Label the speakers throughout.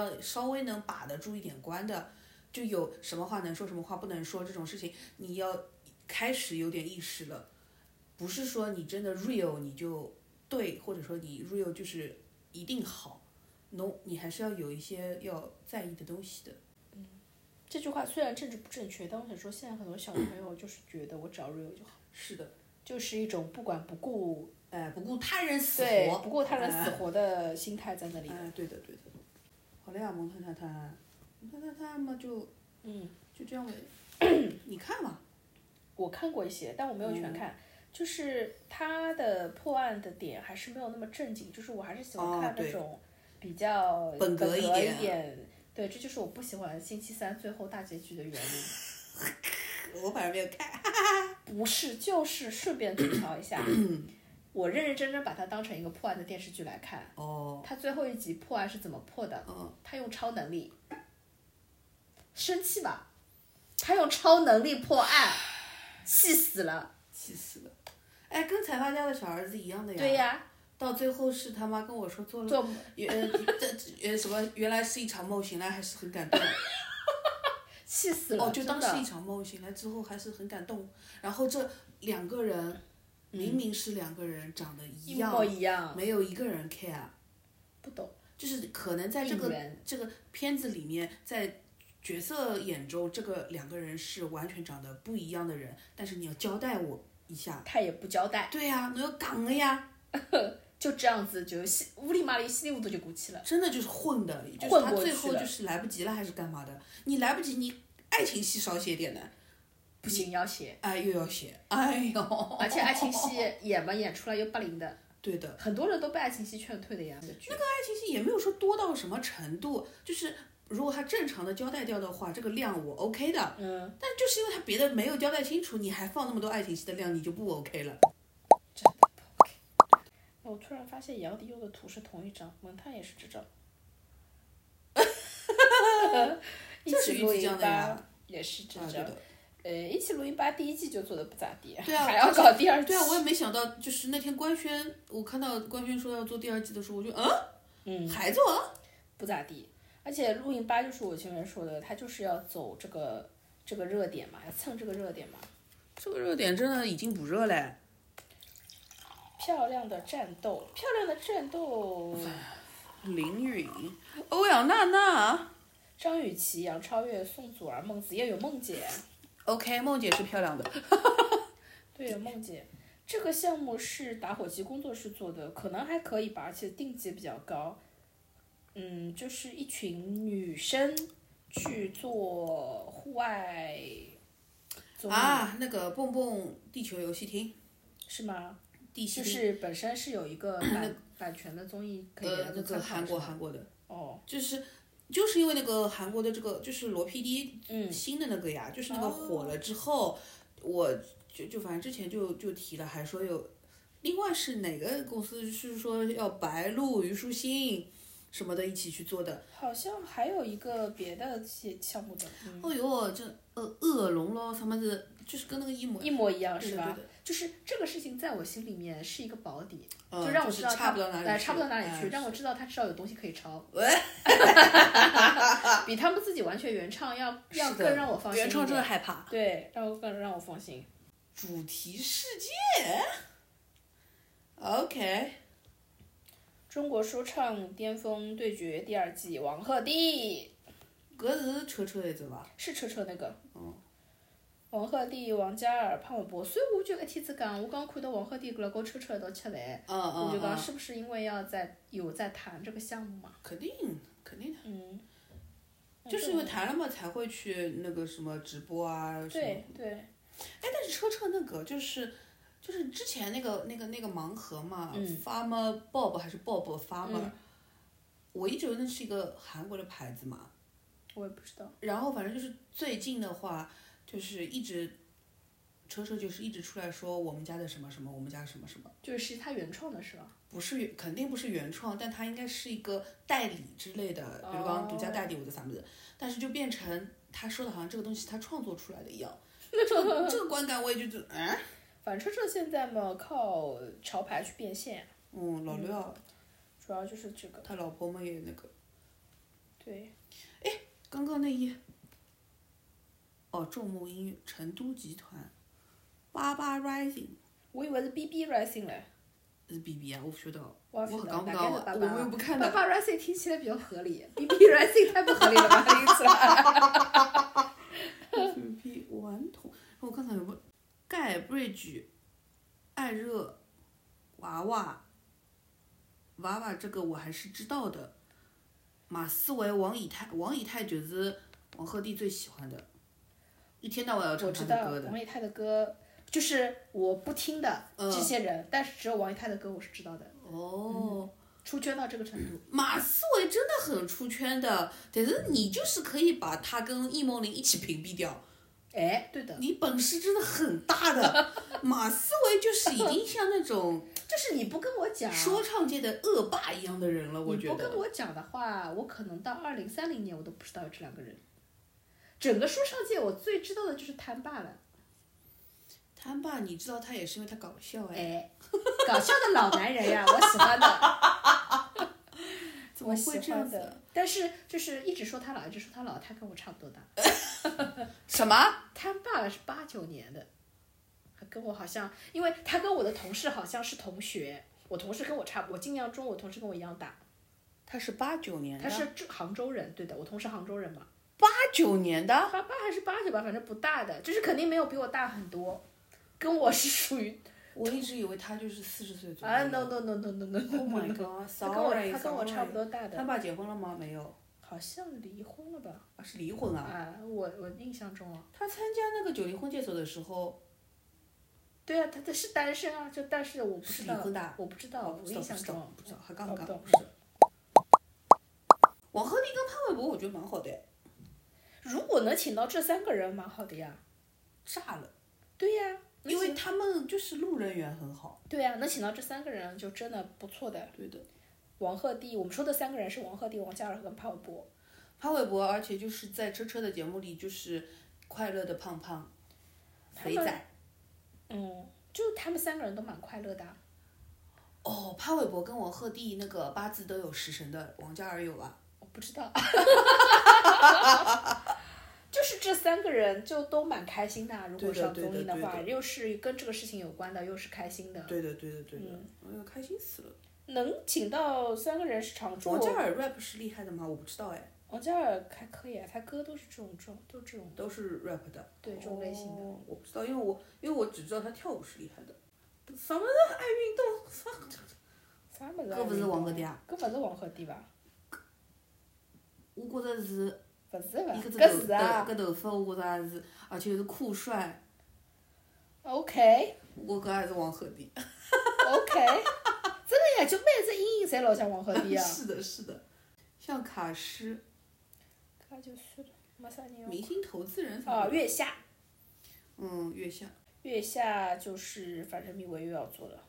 Speaker 1: 呃稍微能把得住一点关的，就有什么话能说，什么话不能说这种事情，你要开始有点意识了，不是说你真的
Speaker 2: 嗯
Speaker 1: real 你就对，或者说你 real 就是一定好，no，你还是要有一些要在意的东西的。
Speaker 2: 这句话虽然政治不正确，但我想说，现在很多小朋友就是觉得我只要 real 就好，
Speaker 1: 是的，
Speaker 2: 就是一种不管不顾
Speaker 1: 哎，不顾他人死
Speaker 2: 对
Speaker 1: 活，呃
Speaker 2: 不顾他人
Speaker 1: 嗯
Speaker 2: 死活的心态在那里。
Speaker 1: 哎，对的对的。好了呀，萌探探探，萌探探探嘛就
Speaker 2: 嗯，
Speaker 1: 就这样呗，你看嘛，
Speaker 2: 我看过一些，但我没有
Speaker 1: 嗯
Speaker 2: 全看。就是他的破案的点还是没有那么正经，就是我还是喜欢
Speaker 1: 哦
Speaker 2: 看那
Speaker 1: 对
Speaker 2: 种比较
Speaker 1: 本格
Speaker 2: 格
Speaker 1: 一
Speaker 2: 点。
Speaker 1: 点
Speaker 2: 对，这就是我不喜欢星期三最后大结局的原因。
Speaker 1: 我反正没有看，
Speaker 2: 不是，就是顺便吐槽 一下，我认认真真把它当成一个破案的电视剧来看。
Speaker 1: 哦，
Speaker 2: 它最后一集破案是怎么破的？
Speaker 1: 嗯，
Speaker 2: 他用超能力，生气吧？他用超能力破案，气死了。
Speaker 1: 气死了。哎，跟财阀家的小儿子一样的呀。
Speaker 2: 对呀、
Speaker 1: 到最后是他妈跟我说做了
Speaker 2: 做
Speaker 1: 原呃这这呃什么原来是一场梦，醒来还是很感动。
Speaker 2: 气死了。
Speaker 1: 哦，就当
Speaker 2: 真
Speaker 1: 是
Speaker 2: 的
Speaker 1: 一场梦，醒来之后还是很感动。然后这两个人明明是两个人，长得一
Speaker 2: 嗯一
Speaker 1: 样，
Speaker 2: 模一样，
Speaker 1: 没有一个人 care。
Speaker 2: 不懂。
Speaker 1: 就是可能在这
Speaker 2: 应
Speaker 1: 个
Speaker 2: 援
Speaker 1: 这个片子里面，在角色眼中，这个两个人是完全长得不一样的人，但是你要交代我一下。
Speaker 2: 他也不交代，
Speaker 1: 对呀、侬要讲的呀。
Speaker 2: 就这样子就稀乌里麻里稀里糊涂就过去了。
Speaker 1: 真的就是混的，就是
Speaker 2: 混
Speaker 1: 他
Speaker 2: 过
Speaker 1: 最
Speaker 2: 去
Speaker 1: 后
Speaker 2: 了
Speaker 1: 就是来不及了还是干嘛的？你来不及，你爱情戏少写点呢，
Speaker 2: 不行，要写，
Speaker 1: 哎又要写，哎呦，
Speaker 2: 而且爱情
Speaker 1: 哦
Speaker 2: 戏演嘛演出来又不灵的，
Speaker 1: 对的，
Speaker 2: 很多人都被爱情戏劝退的呀。
Speaker 1: 爱情戏也没有说多到什么程度，就是如果他正常的交代掉的话，这个量我 OK 的，
Speaker 2: 嗯，
Speaker 1: 但就是因为他别的没有交代清楚，你还放那么多爱情戏的量，你就不 OK 了。
Speaker 2: 我突然发现姚笛用的图是同一张，蒙太也是这 张。 一
Speaker 1: 就是
Speaker 2: 起录
Speaker 1: 一直这
Speaker 2: 音
Speaker 1: 样的
Speaker 2: 吧
Speaker 1: 呀，
Speaker 2: 也是这
Speaker 1: 啊，对
Speaker 2: 张。
Speaker 1: 的，
Speaker 2: 呃，一起录音吧第一季就做的不咋地，
Speaker 1: 对啊
Speaker 2: 还要搞第二季。
Speaker 1: 对啊，我也没想到，就是那天官宣，我看到官宣说要做第二季的时候，我就嗯，
Speaker 2: 嗯，
Speaker 1: 还做啊，
Speaker 2: 不咋地。而且录音吧就是我前面说的，它就是要走这个这个热点嘛，要蹭这个热点嘛。
Speaker 1: 这个热点真的已经不热嘞，
Speaker 2: 漂亮的战斗，漂亮的战斗，
Speaker 1: 林允、欧阳娜娜。
Speaker 2: 张雨绮、杨超越、宋祖儿、孟子夜有梦姐。
Speaker 1: OK，梦姐是漂亮的。
Speaker 2: 对，梦姐，这个项目是打火机工作室做的，可能还可以吧，而且定级比较高。嗯，就是一群女生去做户外综艺，
Speaker 1: 啊，那个蹦蹦地球游戏厅，
Speaker 2: 是吗？
Speaker 1: 地
Speaker 2: 就
Speaker 1: 心
Speaker 2: 是本身是有一个版版权的综艺可以
Speaker 1: 嗯呃
Speaker 2: 来
Speaker 1: 那
Speaker 2: 做
Speaker 1: 个
Speaker 2: 参
Speaker 1: 韩国
Speaker 2: 考是吗
Speaker 1: 韩国的，
Speaker 2: 哦，
Speaker 1: 就是就是因为那个韩国的这个就是罗 PD
Speaker 2: 嗯，哦
Speaker 1: 新的那个呀，就是那个火了之后，我就就反正之前就就提了，还说有，另外是哪个公司是说要白鹿、虞书欣什么的一起去做的。
Speaker 2: 好像还有一个别的些项目的，嗯，
Speaker 1: 哦哟，这呃恶龙咯什么的，就是跟那个一模
Speaker 2: 一模一样
Speaker 1: 对
Speaker 2: 嗯是
Speaker 1: 的
Speaker 2: 吧
Speaker 1: 对？的
Speaker 2: 就是这个事情在我心里面是一个保底，
Speaker 1: 嗯
Speaker 2: 就让我
Speaker 1: 是
Speaker 2: 知道
Speaker 1: 差
Speaker 2: 他
Speaker 1: 不到哪里
Speaker 2: 哎
Speaker 1: 去，
Speaker 2: 差不到哪里去，
Speaker 1: 哎
Speaker 2: 让我知道他至少有东西可以抄
Speaker 1: 喂，
Speaker 2: 比他们自己完全原唱要
Speaker 1: 是
Speaker 2: 要
Speaker 1: 的
Speaker 2: 更让我放心
Speaker 1: 原
Speaker 2: 一
Speaker 1: 创真的
Speaker 2: 点。
Speaker 1: 害怕。
Speaker 2: 对，让我更让我放心。
Speaker 1: 主题世界，OK，
Speaker 2: 中国说唱巅峰对决第二季，王鹤棣
Speaker 1: 搿是扯扯一只伐？
Speaker 2: 是车车那个，
Speaker 1: 嗯，
Speaker 2: 王鹤棣、王嘉尔、潘玮柏。所以我就一天子讲，我刚看到王鹤棣辣跟车车一道吃饭，
Speaker 1: 嗯嗯
Speaker 2: 我就讲
Speaker 1: 嗯，
Speaker 2: 是不是因为要在有在谈这个项目嘛？
Speaker 1: 肯定肯定的，
Speaker 2: 嗯，
Speaker 1: 就是因为谈了嘛，才会去那个什么直播啊什么。
Speaker 2: 对对，
Speaker 1: 哎，但是车车那个就是。就是之前那个那个那个盲盒嘛、
Speaker 2: 嗯
Speaker 1: f a r m e r Bob 还是 Bob Farmer，、
Speaker 2: 嗯
Speaker 1: 我一直以为那是一个韩国的牌子嘛。
Speaker 2: 我也不知道。
Speaker 1: 然后反正就是最近的话，就是一直车车就是一直出来说我们家的什么什么，我们家什么什么。
Speaker 2: 就是是他原创的是吧？
Speaker 1: 不是原肯定不是原创，但它应该是一个代理之类的，比如
Speaker 2: 哦
Speaker 1: 讲独家代理或者啥么子，但是就变成他说的好像这个东西他创作出来的一样， 这个这个观感我也就就嗯
Speaker 2: 反正这现在嘛，靠潮牌去变现，
Speaker 1: 嗯老六啊
Speaker 2: 主要就是这个。
Speaker 1: 他老婆们也那个，
Speaker 2: 对，
Speaker 1: 刚刚那一，哦，众梦音乐成都集团，八八 Rising
Speaker 2: 我以为是 B B Rising 嘞，
Speaker 1: 是 B B 啊，我不晓得，我
Speaker 2: 我也不
Speaker 1: 很
Speaker 2: 晓
Speaker 1: 讲
Speaker 2: 得
Speaker 1: 不
Speaker 2: 大
Speaker 1: 讲
Speaker 2: 概
Speaker 1: 我
Speaker 2: 是八
Speaker 1: 我
Speaker 2: 八
Speaker 1: 又不看
Speaker 2: 爸啊
Speaker 1: 的，
Speaker 2: 爸 rising 听起来比较合理，B B rising 太不合理了吧？这个词
Speaker 1: 水皮顽童，我刚才有个盖瑞举，艾热，娃娃，娃娃这个我还是知道的，马思唯、王以太，王以太就是王鹤棣最喜欢的，一天到晚要
Speaker 2: 我
Speaker 1: 唱他
Speaker 2: 知
Speaker 1: 的
Speaker 2: 道
Speaker 1: 歌的，
Speaker 2: 王以太的歌，就是我不听的
Speaker 1: 嗯
Speaker 2: 这些人，但是只有王以太的歌我是知道的，
Speaker 1: 哦。
Speaker 2: 出圈到这个程 度。
Speaker 1: 马思唯真的很出圈的，但是你就是可以把他跟易梦玲一起屏蔽掉，
Speaker 2: 哎，对的，
Speaker 1: 你本事真的很大的。 马思唯就是已经像那种
Speaker 2: 就是你不跟我讲，
Speaker 1: 说唱界的恶霸一样的人了，我
Speaker 2: 你
Speaker 1: 觉
Speaker 2: 不
Speaker 1: 得。
Speaker 2: 跟我讲的话，我可能到二零三零年我都不知道有这两个人。整个说唱界，我最知道的就是谭爸了。
Speaker 1: 谭爸，你知道他也是因为他搞笑哎，
Speaker 2: 哎，搞笑的老男人呀，我喜 欢的，
Speaker 1: 怎
Speaker 2: 我
Speaker 1: 么
Speaker 2: 喜
Speaker 1: 会这样
Speaker 2: 欢
Speaker 1: 子？
Speaker 2: 的。但是就是一直说他老，一直说他老，他跟我差不多大。
Speaker 1: 什么？
Speaker 2: 他爸爸是八九年的，他跟我好像，因为他跟我的同事好像是同学，我同事跟我差不，我印象中我同事跟我一样大，
Speaker 1: 他是八九年
Speaker 2: 他
Speaker 1: 的，
Speaker 2: 是浙杭州人，对的，我同事杭州人嘛，
Speaker 1: 八九年的，
Speaker 2: 他爸还是八九吧，反正不大的，就是肯定没有比我大很多，跟我是属于
Speaker 1: 我一直以为他就是四十岁左右。
Speaker 2: 啊，no no no no no no
Speaker 1: Oh
Speaker 2: no，
Speaker 1: my
Speaker 2: 他跟我
Speaker 1: god！Sorry，
Speaker 2: 他跟我差不多大的，
Speaker 1: 他爸结婚了吗？没有，
Speaker 2: 好像离婚了吧？
Speaker 1: 啊，是离婚啊。
Speaker 2: 啊，我我印象中啊，
Speaker 1: 他参加那个九零婚介所的时候，
Speaker 2: 对啊，他他是单身啊，就但是我不
Speaker 1: 是
Speaker 2: 知
Speaker 1: 离
Speaker 2: 道
Speaker 1: 婚的啊，
Speaker 2: 我不知道，
Speaker 1: 哦不
Speaker 2: 我
Speaker 1: 知道
Speaker 2: 印象
Speaker 1: 不知道
Speaker 2: 中
Speaker 1: 不知道还刚
Speaker 2: 哦
Speaker 1: 刚
Speaker 2: 不懂
Speaker 1: 王鹤棣跟潘玮柏，我觉得蛮好的，哎
Speaker 2: 如果能请到这三个人，蛮好的呀。
Speaker 1: 炸了，
Speaker 2: 对呀、能
Speaker 1: 因为
Speaker 2: 请
Speaker 1: 他们就是路人缘很好。
Speaker 2: 对呀、能请到这三个人就真的不错的。
Speaker 1: 哎对的，
Speaker 2: 王鹤棣，我们说的三个人是王鹤棣、王嘉尔和潘玮柏。
Speaker 1: 潘玮柏，而且就是在车车的节目里，就是快乐的胖胖，
Speaker 2: 他
Speaker 1: 肥
Speaker 2: 们
Speaker 1: 仔。
Speaker 2: 嗯，就他们三个人都蛮快乐的啊。
Speaker 1: 哦，潘玮柏跟王鹤棣那个八字都有食神的，王嘉尔有啊。
Speaker 2: 我不知道， 就是这三个人就都蛮开心的啊、如
Speaker 1: 对
Speaker 2: 果
Speaker 1: 的
Speaker 2: 上
Speaker 1: 对的
Speaker 2: 综艺的
Speaker 1: 对
Speaker 2: 话，
Speaker 1: 的
Speaker 2: 又是跟这个事情有关的，又是开心的。
Speaker 1: 对的，对的，对的，哎呦，开心死了。
Speaker 2: 能请到三个人是常驻
Speaker 1: 王。嘉尔 rap 是厉害的吗？我不知道哎，
Speaker 2: 王嘉尔还可以啊，他歌都是这种状，都这种
Speaker 1: 都是 rap 的。
Speaker 2: 对这种类型的。
Speaker 1: 哦我不知道，因为我因为我只知道他跳舞是厉害的。什么
Speaker 2: 啥么子啊？
Speaker 1: 歌不是王鹤棣啊？
Speaker 2: 搿勿是王鹤棣吧？
Speaker 1: 我觉着是
Speaker 2: 勿是伐？
Speaker 1: 伊搿只
Speaker 2: 搿是
Speaker 1: 头
Speaker 2: 啊。
Speaker 1: 搿头发我觉着也是，而且又是酷帅，
Speaker 2: OK
Speaker 1: 我觉也是王鹤棣。
Speaker 2: OK，真的呀，就每只音译侪老像王鹤棣 啊。
Speaker 1: 是的，是的。像卡诗、
Speaker 2: 搿就算了，没啥人
Speaker 1: 明星投资人
Speaker 2: 要。啊，
Speaker 1: 啥的，
Speaker 2: 月下，
Speaker 1: 嗯，月下。
Speaker 2: 月下就是反正蜜薇又要做了，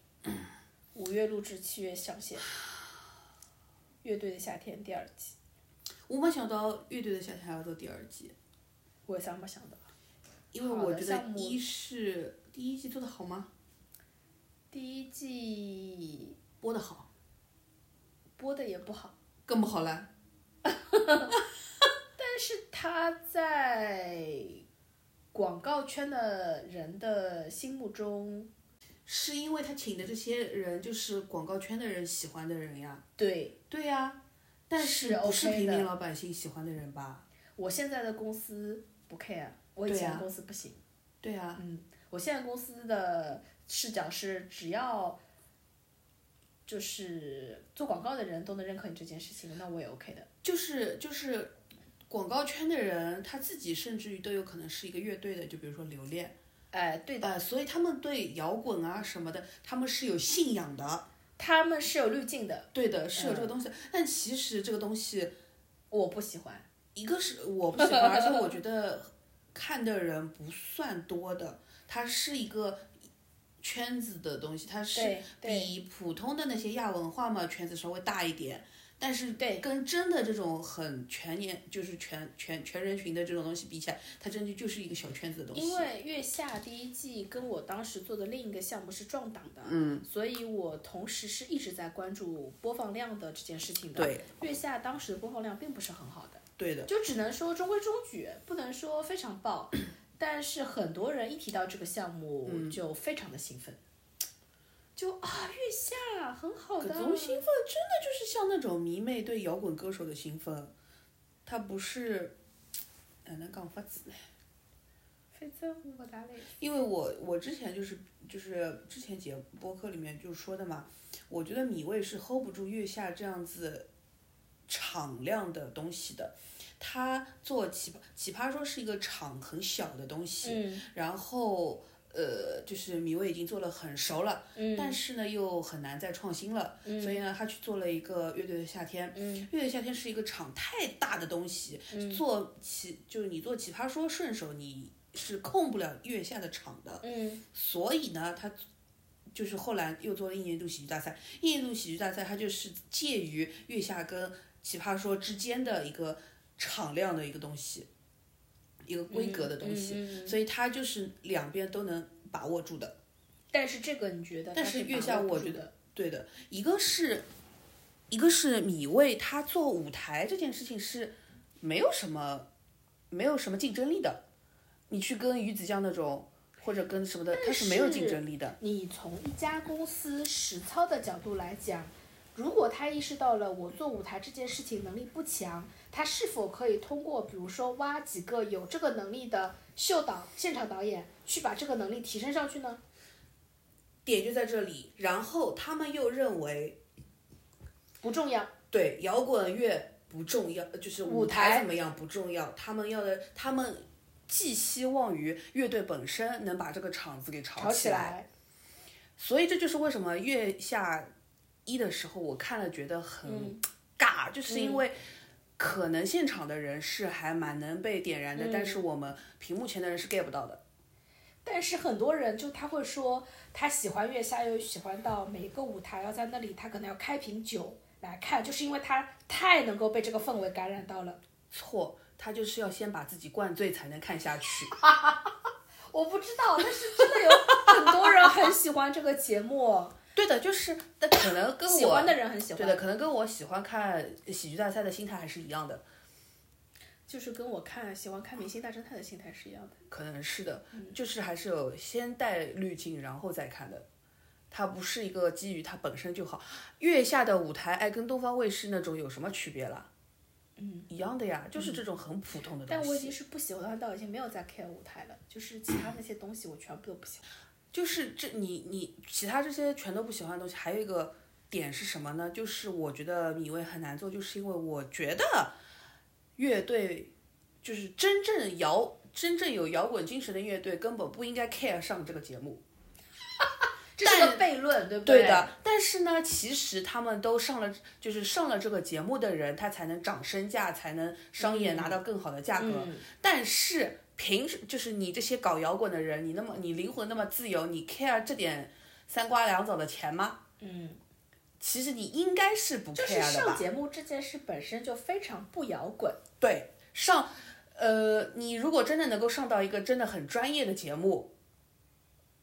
Speaker 2: 五月录制，七月上线。乐队的夏天第二季，
Speaker 1: 我没想到乐队的夏天还要做第二季，
Speaker 2: 我也想没想到，
Speaker 1: 因为
Speaker 2: 好的
Speaker 1: 我觉
Speaker 2: 项
Speaker 1: 得
Speaker 2: 目
Speaker 1: 一是第一季做的好吗？
Speaker 2: 第一季
Speaker 1: 播的好，
Speaker 2: 播的也不好，
Speaker 1: 更不好了。
Speaker 2: 但是他在广告圈的人的心目中
Speaker 1: 是因为他请的这些人就是广告圈的人喜欢的人呀，
Speaker 2: 对
Speaker 1: 对呀，但
Speaker 2: 是
Speaker 1: 是不是
Speaker 2: OK
Speaker 1: 平
Speaker 2: 的
Speaker 1: 民老百姓喜欢的人吧？
Speaker 2: 我现在的公司不 care，我以
Speaker 1: 对
Speaker 2: 前
Speaker 1: 啊
Speaker 2: 的公司不行。
Speaker 1: 对呀，
Speaker 2: 嗯，我现在公司的视角是，只要就是做广告的人都能认可你这件事情，那我也 OK 的。
Speaker 1: 就是就是广告圈的人，他自己甚至于都有可能是一个乐队的，就比如说留恋，
Speaker 2: 哎，对的，
Speaker 1: 呃，所以他们对摇滚啊什么的，他们是有信仰的，
Speaker 2: 他们是有滤镜的，
Speaker 1: 对的，是有这个
Speaker 2: 嗯
Speaker 1: 东西的。但其实这个东西，
Speaker 2: 我不喜欢。
Speaker 1: 一个是我不喜欢，而且我觉得看的人不算多的，它是一个圈子的东西，它是
Speaker 2: 对对
Speaker 1: 比普通的那些亚文化嘛圈子稍微大一点，但是
Speaker 2: 对
Speaker 1: 跟真的这种很全年就是全全全人群的这种东西比起来，它真的就是一个小圈子的东西。
Speaker 2: 因为月下第一季跟我当时做的另一个项目是撞档的，嗯，所以我同时是一直在关注播放量的这件事情的。
Speaker 1: 对，
Speaker 2: 月下当时的播放量并不是很好的，
Speaker 1: 对的，
Speaker 2: 就只能说中规中矩，不能说非常爆。 但是很多人一提到这个项目
Speaker 1: 嗯
Speaker 2: 就非常的兴奋，就啊月下很好
Speaker 1: 各
Speaker 2: 的，
Speaker 1: 种兴奋真的就是像那种迷妹对摇滚歌手的兴奋，它不是，哎，能讲法子呢？
Speaker 2: 非洲我打嘞，
Speaker 1: 因为我我之前就是就是之前节播客里面就说的嘛，我觉得米未是 hold 不住月下这样子场量的东西的。他做奇葩奇葩说是一个场很小的东西，
Speaker 2: 嗯
Speaker 1: 然后呃就是米未已经做了很熟了，
Speaker 2: 嗯，
Speaker 1: 但是呢又很难再创新了，
Speaker 2: 嗯
Speaker 1: 所以呢他去做了一个乐队的夏天。
Speaker 2: 嗯
Speaker 1: 乐队夏天是一个场太大的东西，做奇就是你做奇葩说顺手，你是控不了月下的场的。
Speaker 2: 嗯
Speaker 1: 所以呢，他就是后来又做了一年一度喜剧大赛。一年一度喜剧大赛，它就是介于月下跟奇葩说之间的一个场量的一个东西，一个规格的东西，
Speaker 2: 嗯嗯嗯
Speaker 1: 所以它就是两边都能把握住的。
Speaker 2: 嗯但是这个你觉得它把握
Speaker 1: 但
Speaker 2: 不住的？
Speaker 1: 呃是月下我觉对的，一个是，一个是米未他做舞台这件事情是没有什么，没有什么竞争力的。你去跟鱼子酱那种，或者跟什么的，他是没有竞争力的。
Speaker 2: 你从一家公司实操的角度来讲，如果他意识到了我做舞台这件事情能力不强，他是否可以通过比如说挖几个有这个能力的秀导、现场导演，去把这个能力提升上去呢？
Speaker 1: 点就在这里，然后他们又认为，
Speaker 2: 不重要，
Speaker 1: 对摇滚乐不重要，就是
Speaker 2: 舞
Speaker 1: 舞
Speaker 2: 台
Speaker 1: 台怎么样不重要，他们要的，他们寄希望于乐队本身能把这个场子给
Speaker 2: 吵
Speaker 1: 炒
Speaker 2: 起
Speaker 1: 起来。
Speaker 2: 来。
Speaker 1: 所以这就是为什么月下一的时候我看了觉得很
Speaker 2: 嗯
Speaker 1: 尬，就是因为可能现场的人是还蛮能被点燃的，但
Speaker 2: 嗯
Speaker 1: 是我们屏幕前的人是 get 不到的。
Speaker 2: 但是很多人就他会说，他喜欢月下，又喜欢到每一个舞台要在那里，他可能要开瓶酒来看，就是因为他太能够被这个氛围感染到了。
Speaker 1: 错，他就是要先把自己灌醉才能看下去。
Speaker 2: 啊我不知道，但是真的有很多人很喜欢这个节 目，
Speaker 1: 对的，就是，但可能跟我
Speaker 2: 喜欢的人很喜
Speaker 1: 对
Speaker 2: 欢，
Speaker 1: 的，可能跟我喜欢看喜剧大赛的心态还是一样的，
Speaker 2: 就是跟我看喜欢看《明星大侦探》的心态是一样的。
Speaker 1: 可能是的，就是还是有先带滤镜然后再看的。它不是一个基于它本身就好，月下的舞台哎跟东方卫视那种有什么区别啦？嗯，一样的呀，就是这种很普通的东
Speaker 2: 但
Speaker 1: 西。
Speaker 2: 我已经是不喜欢到已经没有在 care 舞台了，就是其他那些东西我全部都不喜 欢。
Speaker 1: 就是这你你其他这些全都不喜欢的东西，还有一个点是什么呢？就是我觉得米未很难做，就是因为我觉得乐队就是真正摇真正有摇滚精神的乐队根本不应该 care 上这个节目。
Speaker 2: 这是个悖论，对不
Speaker 1: 对
Speaker 2: 对
Speaker 1: 的，但是呢，其实他们都上了，就是上了这个节目的人，他才能涨身价，才能商业拿到更好的价格。
Speaker 2: 嗯
Speaker 1: 但是凭就是你这些搞摇滚的人，你那么你灵魂那么自由，你 care 这点三瓜两枣的钱吗？
Speaker 2: 嗯，
Speaker 1: 其实你应该是不
Speaker 2: 就是
Speaker 1: care 的
Speaker 2: 上
Speaker 1: 吧？
Speaker 2: 节目这件事本身就非常不摇滚。
Speaker 1: 对，上，呃，你如果真的能够上到一个真的很专业的节目，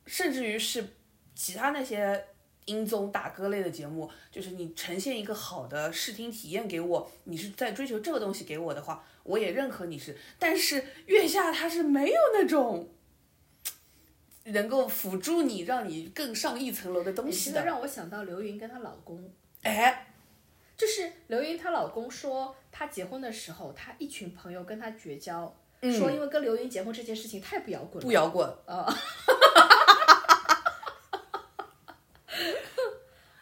Speaker 1: 甚至于是其他那些音综打歌类的节目，就是你呈现一个好的视听体验给我，你是在追求这个东西给我的话，我也认可你是。但是月下他是没有那种。嗯能够辅助你，让你更上一层楼嗯的东
Speaker 2: 你
Speaker 1: 西
Speaker 2: 真
Speaker 1: 的
Speaker 2: 的，让我想到刘芸跟她老公。
Speaker 1: 哎，
Speaker 2: 就是刘芸她老公说，她结婚的时候，她一群朋友跟她绝交，
Speaker 1: 嗯
Speaker 2: 说因为跟刘芸结婚这件事情太不摇滚了。
Speaker 1: 不摇滚，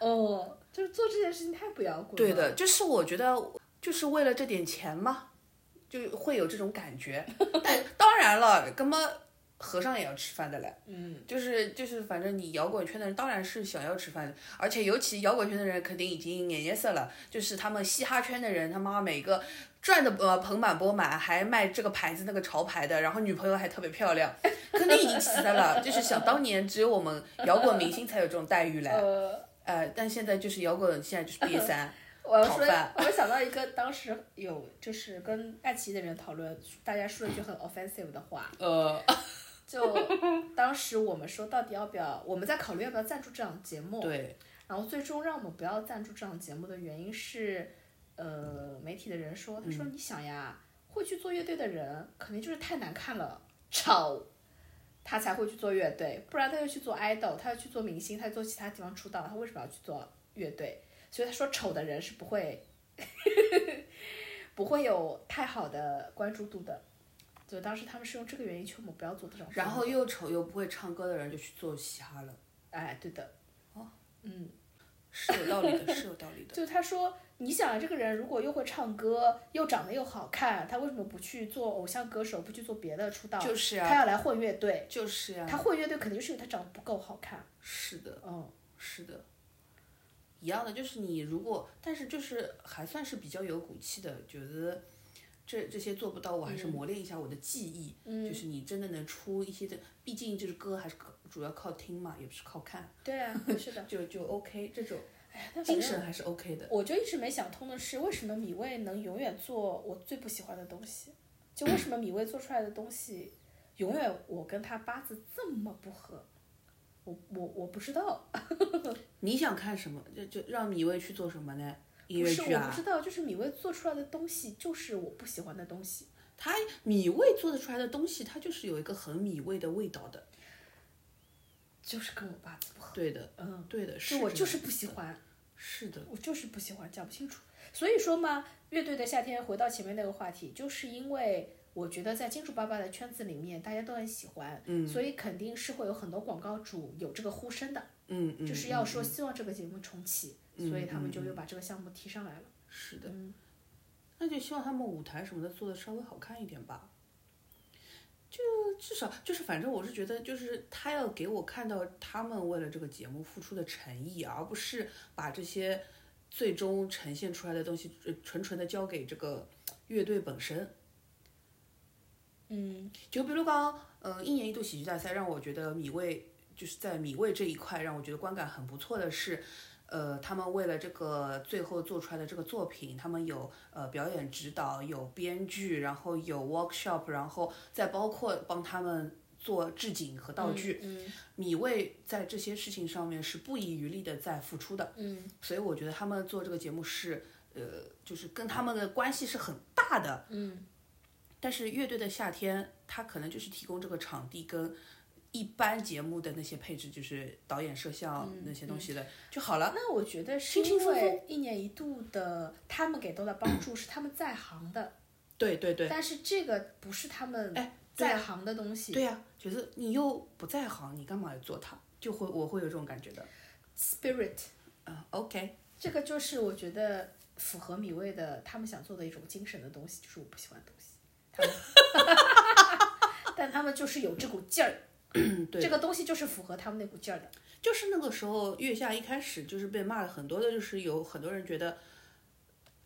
Speaker 2: 哦，就是做这件事情太不摇滚了。
Speaker 1: 对，的，就是我觉得就是为了这点钱嘛，就会有这种感觉。但当然了，根本和尚也要吃饭的嘞。
Speaker 2: 嗯，
Speaker 1: 就是就是，反正你摇滚圈的人当然是想要吃饭的，而且尤其摇滚圈的人肯定已经眼眼色了，就是他们嘻哈圈的人，他妈每个赚的呃盆满钵满，还卖这个牌子那个潮牌的，然后女朋友还特别漂亮，肯定已经死的了。就是想当年只有我们摇滚明星才有这种待遇嘞，
Speaker 2: 呃，
Speaker 1: 呃，但现在就是摇滚现在就是瘪三。
Speaker 2: 我要说
Speaker 1: 讨饭，
Speaker 2: 我想到一个，当时有就是跟爱奇艺的人讨论，大家说了一句很 offensive 的话，
Speaker 1: 呃，
Speaker 2: 就当时我们说到底要不要，我们在考虑要不要赞助这档节目，
Speaker 1: 对，
Speaker 2: 哦然后最终让我们不要赞助这档节目的原因是，呃，媒体的人说，他
Speaker 1: 嗯
Speaker 2: 说你想呀，会去做乐队的人肯定就是太难看了，丑，他才会去做乐队，不然他就去做 idol，他要去做明星，他要做其他地方出道，他为什么要去做乐队？所以他说丑的人是不会， 不会有太好的关注度的。就当时他们是用这个原因劝我们不要做这种事，
Speaker 1: 然后又丑又不会唱歌的人就去做嘻哈了，
Speaker 2: 哎，对的，
Speaker 1: 哦
Speaker 2: 嗯
Speaker 1: 是有道理的，是有道理 的。
Speaker 2: 就他说，你想啊这个人如果又会唱歌，又长得又好看，他为什么不去做偶像歌手，不去做别的出道？
Speaker 1: 就是啊
Speaker 2: 他要来混乐队，
Speaker 1: 呀，就是呀，
Speaker 2: 啊他混乐队肯定是因为他长得不够好看。
Speaker 1: 是的，
Speaker 2: 嗯，
Speaker 1: 是的，一样的，就是你如果，但是就是还算是比较有骨气的，觉得这这些做不到，我
Speaker 2: 嗯
Speaker 1: 还是磨练一下我的技艺。嗯，就是你真的能出一些的，毕竟就是歌还是靠主要靠听嘛，也不是靠看，
Speaker 2: 对啊，是的。
Speaker 1: 就就 OK 这种
Speaker 2: 哎呀，但反
Speaker 1: 精
Speaker 2: 正
Speaker 1: 神还是 OK 的。
Speaker 2: 我就一直没想通的是，为什么米未能永远做我最不喜欢的东西？就为什么米未做出来的东西，永远我跟他八字这么不合？我我我不知道，
Speaker 1: 你想看什么，就就让米未去做什么呢？音
Speaker 2: 不
Speaker 1: 乐
Speaker 2: 是
Speaker 1: 剧
Speaker 2: 我
Speaker 1: 啊
Speaker 2: 不，知道，就是米未做出来的东西就是我不喜欢的东西。
Speaker 1: 他米未做得出来的东西，它就是有一个很米未的味道的。
Speaker 2: 就是跟我八字不合。
Speaker 1: 对的，
Speaker 2: 嗯，
Speaker 1: 对的，是
Speaker 2: 就我
Speaker 1: 这
Speaker 2: 就
Speaker 1: 样
Speaker 2: 是不喜欢，
Speaker 1: 是的，
Speaker 2: 我就是不喜欢，讲不清楚。所以说嘛，乐队的夏天回到前面那个话题，就是因为我觉得在金主爸爸的圈子里面，大家都很喜欢，嗯，所以肯定是会有很多广告主有这个呼声的，
Speaker 1: 嗯嗯，
Speaker 2: 就是要
Speaker 1: 嗯
Speaker 2: 说希望这个节目重启，
Speaker 1: 嗯
Speaker 2: 所以他们
Speaker 1: 嗯
Speaker 2: 就又把这个项目提上来了。
Speaker 1: 是的，那就希望他们舞台什么的做的稍微好看一点吧。就至少就是，反正我是觉得，就是他要给我看到他们为了这个节目付出的诚意，而不是把这些最终呈现出来的东西，呃纯纯的交给这个乐队本身。
Speaker 2: 嗯，
Speaker 1: 就比如讲，呃，一年一度喜剧大赛让我觉得米未就是在米未这一块让我觉得观感很不错的是，呃，他们为了这个最后做出来的这个作品，他们有呃表演指导，有编剧，然后有 workshop，然后再包括帮他们做置景和道具。
Speaker 2: 嗯，
Speaker 1: 米未在这些事情上面是不遗余力的在付出的，
Speaker 2: 嗯
Speaker 1: 所以我觉得他们做这个节目是，呃，就是跟他们的关系是很大的。
Speaker 2: 嗯嗯，
Speaker 1: 但是乐队的夏天，它可能就是提供这个场地跟一般节目的那些配置，就是导演、摄像那些东西的、就好了。
Speaker 2: 那我觉得是
Speaker 1: 轻轻
Speaker 2: 因
Speaker 1: 松
Speaker 2: 为一年一度的他们给到的帮助是他们在行的，
Speaker 1: 对对对，
Speaker 2: 但是这个不是他们
Speaker 1: 哎对
Speaker 2: 在行的东西。
Speaker 1: 对呀、啊就是你又不在行，你干嘛要做它？就会我会有这种感觉的。
Speaker 2: Spirit
Speaker 1: 嗯，OK，
Speaker 2: 这个就是我觉得符合米味的他们想做的一种精神的东西，就是我不喜欢的东西。他们， 但他们就是有这股劲儿，
Speaker 1: 嗯 对，
Speaker 2: 这个东西就是符合他们那股劲儿的。
Speaker 1: 就是那个时候月下一开始就是被骂了很多的，就是有很多人觉得，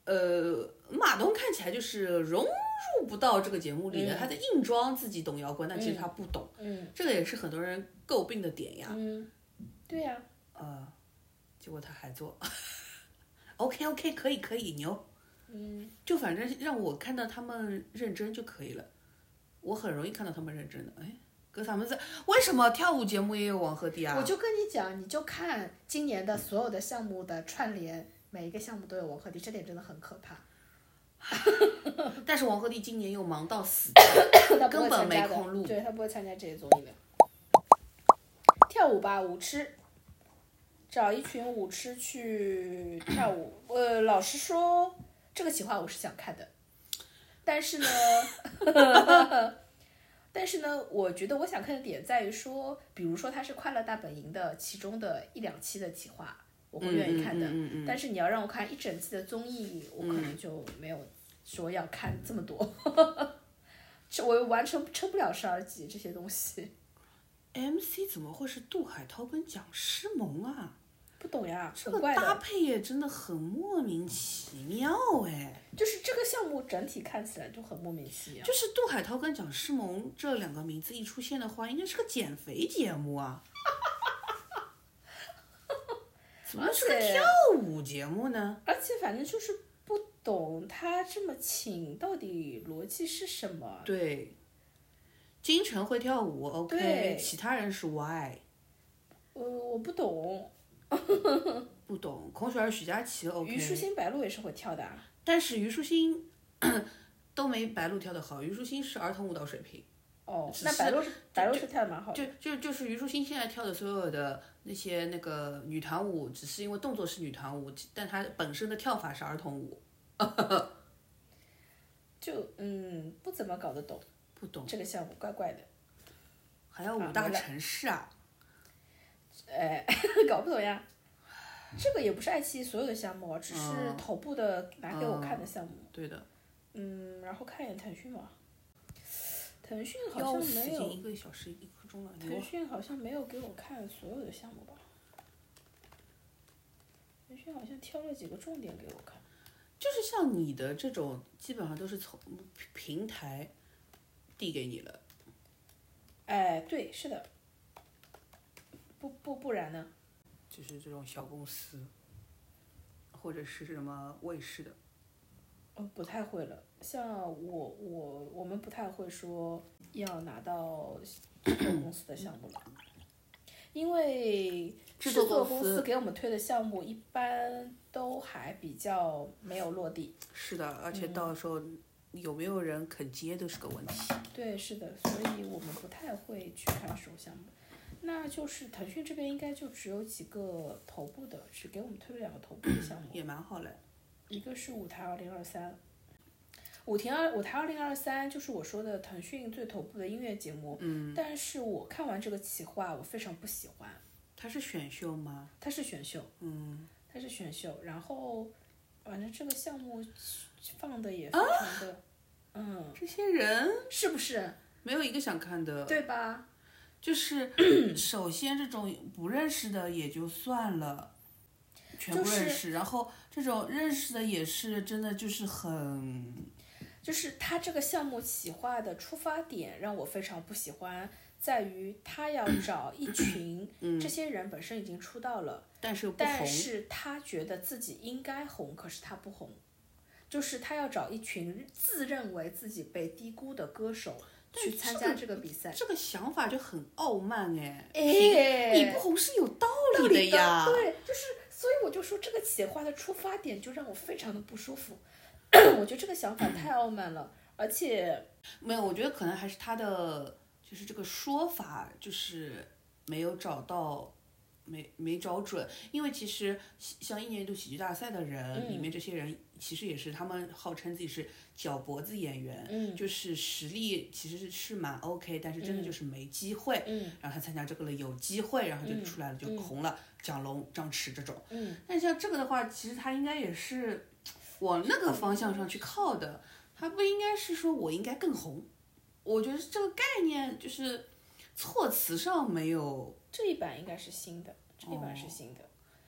Speaker 1: 呃，马东看起来就是融入不到这个节目里的，他在硬装自己懂摇滚，但其实他不懂，
Speaker 2: 嗯
Speaker 1: 这个也是很多人诟病的点呀。
Speaker 2: 嗯，对呀、
Speaker 1: 呃，结果他还做。OK OK，可以可以，牛。嗯，就反正让我看到他们认真就可以了。我很容易看到他们认真的。哎，哥他们在为什么跳舞节目也有王鹤棣啊？
Speaker 2: 嗯我就跟你讲，你就看今年的所有的项目的串联，每一个项目都有王鹤棣，这点真的很可怕。
Speaker 1: 但是王鹤棣今年又忙到死
Speaker 2: 他不会
Speaker 1: 根本
Speaker 2: 参加
Speaker 1: 没空
Speaker 2: 的，
Speaker 1: 录
Speaker 2: 对他不会参加这些综艺的。跳舞吧，舞痴，找一群舞痴去跳舞。呃，老实说，这个企划我是想看的，但是呢， 但是呢，我觉得我想看的点在于说，比如说它是《快乐大本营》的其中的一两期的企划，我会愿意看的。
Speaker 1: 嗯嗯嗯嗯嗯
Speaker 2: 但是你要让我看一整季的综艺，我可能就没有说要看这么多，这我完全撑不了十二集这些东西，
Speaker 1: MC 怎么会是杜海涛跟蒋诗萌啊？
Speaker 2: 不懂呀，
Speaker 1: 这
Speaker 2: 很
Speaker 1: 个
Speaker 2: 怪
Speaker 1: 搭
Speaker 2: 的。
Speaker 1: 配也真的很莫名其妙哎。
Speaker 2: 就是这个项目整体看起来就很莫名其妙。
Speaker 1: 就是杜海涛跟蒋诗萌这两个名字一出 现的话，应该是个减肥节目啊。怎么
Speaker 2: 而
Speaker 1: 是个
Speaker 2: 且
Speaker 1: 跳舞节目呢？
Speaker 2: 而且反正就是不懂他这么请到底逻辑是什么。
Speaker 1: 对，金晨会跳舞，OK，
Speaker 2: 对
Speaker 1: 其他人是 why
Speaker 2: 呃，我不懂。
Speaker 1: 不懂。孔雪儿、许佳琪
Speaker 2: 虞书
Speaker 1: OK，
Speaker 2: 欣、白鹿也是会跳的啊。
Speaker 1: 但是虞书欣 都没白鹿跳的好，虞书欣是儿童舞蹈水平。
Speaker 2: 哦
Speaker 1: 只，
Speaker 2: 那白鹿是白鹿是跳的蛮好的。
Speaker 1: 就就就是虞书欣现在跳的所有的那些那个女团舞，只是因为动作是女团舞，但她本身的跳法是儿童舞，
Speaker 2: 就嗯，不怎么搞得懂
Speaker 1: 不懂
Speaker 2: 这个项目，怪怪的，
Speaker 1: 还要
Speaker 2: 啊
Speaker 1: 五大
Speaker 2: 明白
Speaker 1: 城市啊，
Speaker 2: 哎， 搞不懂呀。这个也不是爱奇艺所有的项目啊，只是
Speaker 1: 嗯
Speaker 2: 头部的拿给我看的项目。
Speaker 1: 对的，
Speaker 2: 嗯，然后看一眼腾讯嘛，腾讯好
Speaker 1: 要
Speaker 2: 像
Speaker 1: 死
Speaker 2: 没
Speaker 1: 近
Speaker 2: 有，
Speaker 1: 一个小时一刻钟了，
Speaker 2: 腾
Speaker 1: 牛
Speaker 2: 讯好像没有给我看所有的项目吧？腾讯好像挑了几个重点给我看。
Speaker 1: 就是像你的这种，基本上都是从平台递给你了，
Speaker 2: 哎，对，是的。不不不然呢？
Speaker 1: 就是这种小公司，或者是什么卫视的，
Speaker 2: 哦，不太会了。像我我我们不太会说要拿到制作公司的项目了，因为制
Speaker 1: 作
Speaker 2: 作
Speaker 1: 公
Speaker 2: 公司给我们推的项目一般都还比较没有落地。
Speaker 1: 是的，而且到时候有没有人肯接都是个问题。
Speaker 2: 对，是的，所以我们不太会去看这种项目。那就是腾讯这边应该就只有几个头部的，只给我们推了两个头部的项目。
Speaker 1: 也蛮好嘞，
Speaker 2: 一个是舞台二零二三，舞台二舞台二零二三就是我说的腾讯最头部的音乐节目，嗯，但是我看完这个企划，我非常不喜欢，
Speaker 1: 它是选秀吗？
Speaker 2: 它是选秀，嗯，它是选秀，然后反正这个项目放的也非常的，嗯，
Speaker 1: 这些人
Speaker 2: 啊是不是？
Speaker 1: 没有一个想看的，
Speaker 2: 对吧？
Speaker 1: 就是 首先这种不认识的也就算了，全部
Speaker 2: 就
Speaker 1: 认识，
Speaker 2: 是
Speaker 1: 然后这种认识的也是真的就是很
Speaker 2: 就是它这个项目企划的出发点让我非常不喜欢，在于他要找一群，这些人本身已经出道了。
Speaker 1: 但是又不
Speaker 2: 但
Speaker 1: 红，
Speaker 2: 是他觉得自己应该红，可是他不红，就是他要找一群自认为自己被低估的歌手
Speaker 1: 但
Speaker 2: 去
Speaker 1: 这
Speaker 2: 参
Speaker 1: 个
Speaker 2: 加这个比赛。
Speaker 1: 这个想法就很傲慢哎，
Speaker 2: 哎
Speaker 1: 你不红是有道
Speaker 2: 道
Speaker 1: 理的
Speaker 2: 理的
Speaker 1: 呀，
Speaker 2: 对，就是，所以我就说这个企划的出发点就让我非常的不舒服， 我觉得这个想法太傲慢了，而且
Speaker 1: 没有，我觉得可能还是他的就是这个说法就是没有找到，没没找准，因为其实喜像一年一度喜剧大赛的人、里
Speaker 2: 嗯
Speaker 1: 面这些人，其实也是他们号称自己是脚脖子演员，
Speaker 2: 嗯
Speaker 1: 就是实力其实是是蛮 OK，但是真的就是没机会。
Speaker 2: 嗯
Speaker 1: 然后他参加这个了，有机会，然后就出来了，就红了，蒋龙、张弛这种。
Speaker 2: 嗯，
Speaker 1: 但像这个的话，其实他应该也是往那个方向上去靠的，他不应该是说我应该更红。我觉得这个概念就是措辞上没有，
Speaker 2: 这一版应该是新的，这一版
Speaker 1: 哦
Speaker 2: 是新的。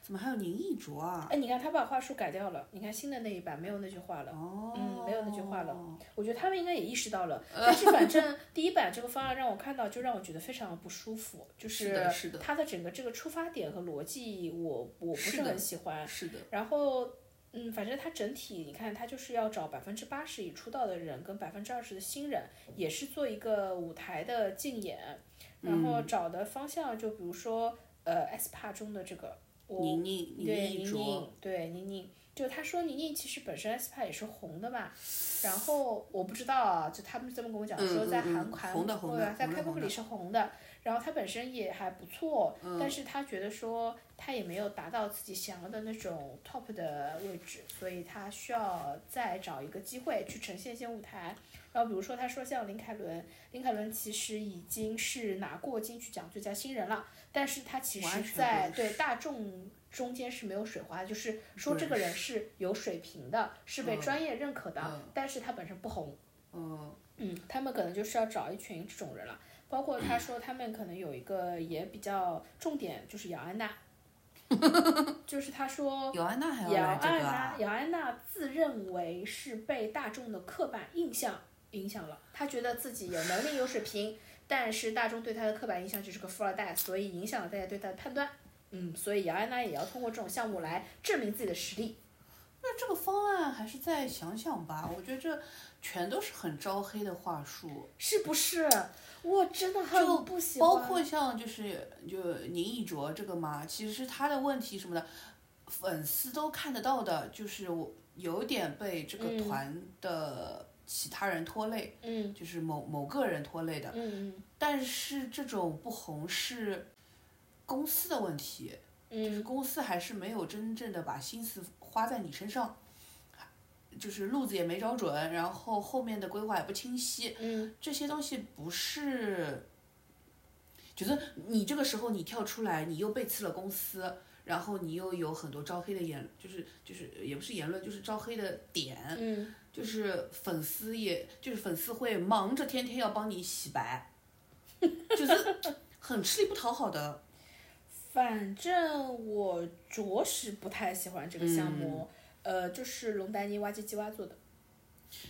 Speaker 1: 怎么还有宁毅卓啊？
Speaker 2: 哎，你看他把话术改掉了，你看新的那一版没有那句话了。
Speaker 1: 哦，
Speaker 2: 嗯，没有那句话了。我觉得他们应该也意识 到了，但是反正第一版这个方案让我看到，就让我觉得非常不舒服，就是
Speaker 1: 的是的
Speaker 2: 它的整个这个出发点和逻辑我，我不
Speaker 1: 是
Speaker 2: 是
Speaker 1: 的
Speaker 2: 很喜欢。
Speaker 1: 是的，
Speaker 2: 然后，嗯，反正它整体你看，它就是要找百分之八十已出道的人跟百分之二十的新人，也是做一个舞台的竞演，然
Speaker 1: 嗯
Speaker 2: 后找的方向就比如说，呃，S p a 中的这个我
Speaker 1: 宁毅
Speaker 2: 对
Speaker 1: 毅
Speaker 2: 宁
Speaker 1: 卓，
Speaker 2: 宁，对宁宁，就他说宁宁其实本身 SPA 也是红的嘛，然后我不知道啊，就他们是这么跟我讲
Speaker 1: 嗯
Speaker 2: 说，
Speaker 1: 嗯
Speaker 2: 在
Speaker 1: 嗯
Speaker 2: 韩韩
Speaker 1: 红的红的
Speaker 2: 对啊在
Speaker 1: 红的
Speaker 2: 开播
Speaker 1: 红
Speaker 2: 会里是红的，然后他本身也还不错，
Speaker 1: 嗯
Speaker 2: 但是他觉得说他也没有达到自己想要的那种 top 的位置，所以他需要再找一个机会去呈现一些舞台。然后比如说他说像林凯伦，林凯伦其实已经是拿过金曲奖最佳新人了，但是他其
Speaker 1: 完
Speaker 2: 实
Speaker 1: 全
Speaker 2: 在
Speaker 1: 不
Speaker 2: 对大众中间是没有水花的，就是说
Speaker 1: 对
Speaker 2: 这个人是有水平的，是被
Speaker 1: 嗯
Speaker 2: 专业认可的，
Speaker 1: 嗯
Speaker 2: 但是他本身不红。
Speaker 1: 嗯，
Speaker 2: 嗯，他们可能就是要找一群这种人了。包括他说他们可能有一个也比较重点，就是姚安娜， 就是他说
Speaker 1: 姚安娜还要
Speaker 2: 姚
Speaker 1: 来这
Speaker 2: 安
Speaker 1: 个
Speaker 2: 娜
Speaker 1: 啊，？
Speaker 2: 姚安娜自认为是被大众的刻板印象影响了，她觉得自己有能力、有水平，但是大众对她的刻板印象就是个富二代，所以影响了大家对她的判断。嗯，所以姚安娜也要通过这种项目来证明自己的实力。
Speaker 1: 那这个方案还是再想想吧，我觉得这全都是很招黑的话术，
Speaker 2: 是不是？我真的很不喜欢。
Speaker 1: 包括像就是就宁艺卓这个嘛，其实他的问题什么的，粉丝都看得到的，就是我有点被这个
Speaker 2: 嗯
Speaker 1: 团的其他人拖累，
Speaker 2: 嗯
Speaker 1: 就是某某个人拖累的。
Speaker 2: 嗯
Speaker 1: 但是这种不红是公司的问题，就是
Speaker 2: 嗯
Speaker 1: 公司还是没有真正的把心思花在你身上，就是路子也没找准，然后后面的规划也不清晰，
Speaker 2: 嗯
Speaker 1: 这些东西不是，就是你这个时候你跳出来，你又背刺了公司，然后你又有很多招黑的言，就是就是也不是言论，就是招黑的点，
Speaker 2: 嗯，
Speaker 1: 就是粉丝也就是粉丝会忙着天天要帮你洗白，就是很吃力不讨好的。
Speaker 2: 反正我着实不太喜欢这个项目。呃，就是龙丹妮挖机机挖做的。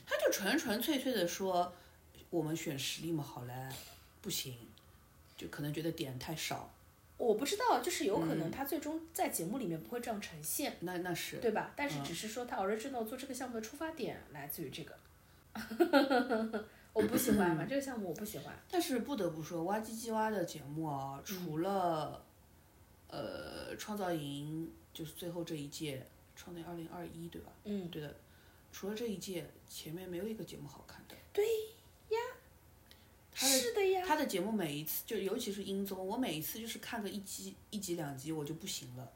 Speaker 1: 他就纯纯粹粹的说，我们选实力嘛，好莱不行，就可能觉得点太少。
Speaker 2: 我不知道，就是有可能他最终在节目里面不会这样呈现。
Speaker 1: 那那是
Speaker 2: 对吧？但是只是说他 original 做这个项目的出发点来自于这个， 我不喜欢，反正这个项目我不喜欢。
Speaker 1: 但是不得不说，挖唧唧挖的节目啊，除
Speaker 2: 嗯
Speaker 1: 了、呃创造营，就是最后这一届创造营二零二一对吧？
Speaker 2: 嗯，
Speaker 1: 对的。除了这一届，前面没有一个节目好看的。他的
Speaker 2: 是的呀，
Speaker 1: 他的节目每一次就尤其是英综，我每一次就是看个一集一集两集我就不行了。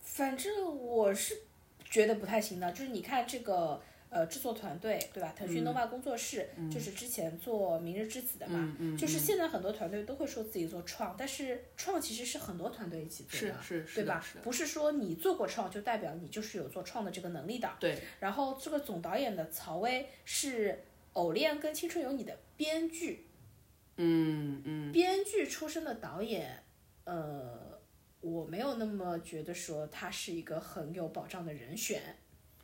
Speaker 2: 反正我是觉得不太行的。就是你看这个呃制作团队，对吧？腾讯 nova 工作室、就是之前做《明日之子》的嘛。
Speaker 1: 嗯嗯，
Speaker 2: 就是现在很多团队都会说自己做创，但是创其实是很多团队一起做
Speaker 1: 是
Speaker 2: 的，
Speaker 1: 是是
Speaker 2: 对
Speaker 1: 的
Speaker 2: 吧
Speaker 1: 是？
Speaker 2: 不是说你做过创就代表你就是有做创的这个能力的。
Speaker 1: 对，
Speaker 2: 然后这个总导演的曹薇是《偶恋》跟《青春有你》的编剧，
Speaker 1: 嗯嗯。
Speaker 2: 编剧出身的导演，呃，我没有那么觉得说他是一个很有保障的人选。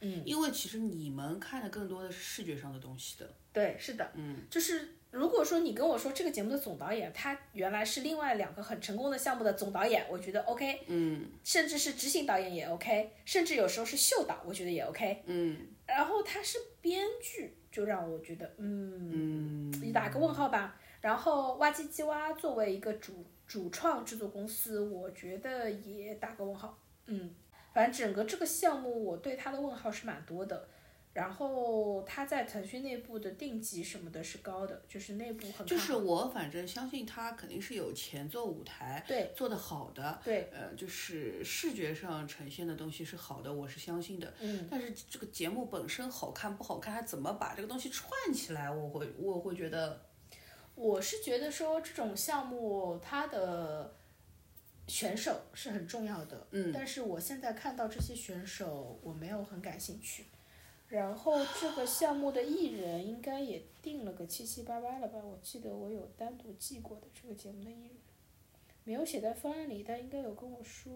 Speaker 2: 嗯，
Speaker 1: 因为其实你们看的更多的是视觉上的东西的，
Speaker 2: 对，是的，嗯，就是如果说你跟我说这个节目的总导演他原来是另外两个很成功的项目的总导演，我觉得 OK，嗯，甚至是执行导演也 OK，甚至有时候是秀导，我觉得也 OK，嗯，然后他是编剧，就让我觉得嗯，你打个问号吧。然后哇唧唧哇作为一个主主创制作公司，我觉得也打个问号，嗯，反正整个这个项目我对他的问号是蛮多的。然后他在腾讯内部的定级什么的是高的，就是内部很
Speaker 1: 就是我反正相信他肯定是有钱做舞台，
Speaker 2: 对，
Speaker 1: 做得好的，
Speaker 2: 对，
Speaker 1: 呃，就是视觉上呈现的东西是好的，我是相信的。
Speaker 2: 嗯，
Speaker 1: 但是这个节目本身好看不好看，他怎么把这个东西串起来，我会我会觉得，
Speaker 2: 我是觉得说这种项目它的选手是很重要的，
Speaker 1: 嗯，
Speaker 2: 但是我现在看到这些选手，我没有很感兴趣。然后这个项目的艺人应该也定了个七七八八了吧？我记得我有单独记过的这个节目的艺人，没有写在方案里，但应该有跟我说。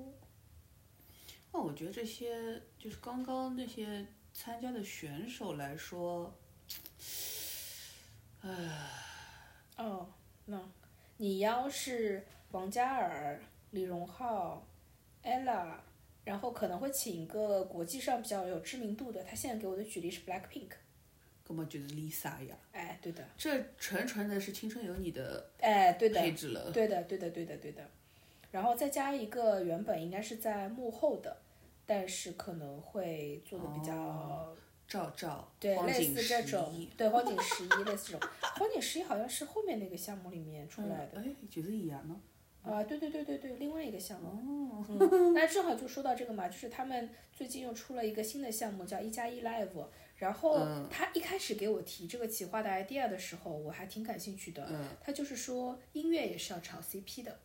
Speaker 1: 那我觉得这些就是刚刚那些参加的选手来说，
Speaker 2: 哦，那你要是王嘉尔、李荣浩、ella，然后可能会请一个国际上比较有知名度的。他现在给我的举例是 Blackpink。
Speaker 1: 根本就是 Lisa 呀，
Speaker 2: 哎，对的，
Speaker 1: 这纯纯的是《青春有你》的
Speaker 2: 哎，对的，
Speaker 1: 配置了。
Speaker 2: 对的，对的，对的，对的。然后再加一个原本应该是在幕后的，但是可能会做的比较、
Speaker 1: 赵照，
Speaker 2: 对，
Speaker 1: 哦荒
Speaker 2: 类
Speaker 1: 井
Speaker 2: 似这
Speaker 1: 十
Speaker 2: 种
Speaker 1: 一，，
Speaker 2: 对荒井十一类似这种。荒井十一好像是后面那个项目里面出来的。
Speaker 1: 嗯哎，就是一样呢。
Speaker 2: 啊，对对对对对，另外一个项目。嗯，那正好就说到这个嘛，就是他们最近又出了一个新的项目叫一加一 Live，然后他一开始给我提这个企划的 idea 的时候，我还挺感兴趣的。
Speaker 1: 嗯，
Speaker 2: 他就是说音乐也是要炒 CP 的。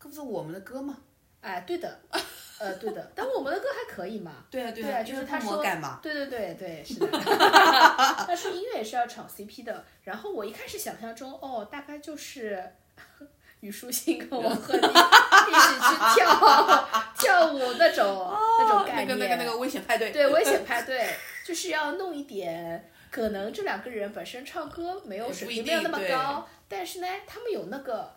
Speaker 1: 这不是我们的歌吗？
Speaker 2: 哎，对的， 呃，对的，但我们的歌还可以嘛。
Speaker 1: 对啊
Speaker 2: 对
Speaker 1: 啊，
Speaker 2: 啊就是
Speaker 1: 是
Speaker 2: 他
Speaker 1: 不魔
Speaker 2: 说
Speaker 1: 改嘛。
Speaker 2: 对对对对，是的。 他说音乐也是要炒 CP 的，然后我一开始想象中，哦，大概就是 虞书欣跟王鹤棣 一起去跳跳舞那种、那种概
Speaker 1: 那个
Speaker 2: 念，
Speaker 1: 那个那个危险派对，
Speaker 2: 对危险派对，就是要弄一点，可能这两个人本身唱歌没有
Speaker 1: 也
Speaker 2: 水
Speaker 1: 不一
Speaker 2: 平没有那
Speaker 1: 定
Speaker 2: 么
Speaker 1: 对
Speaker 2: 高，但是呢，他们有那个。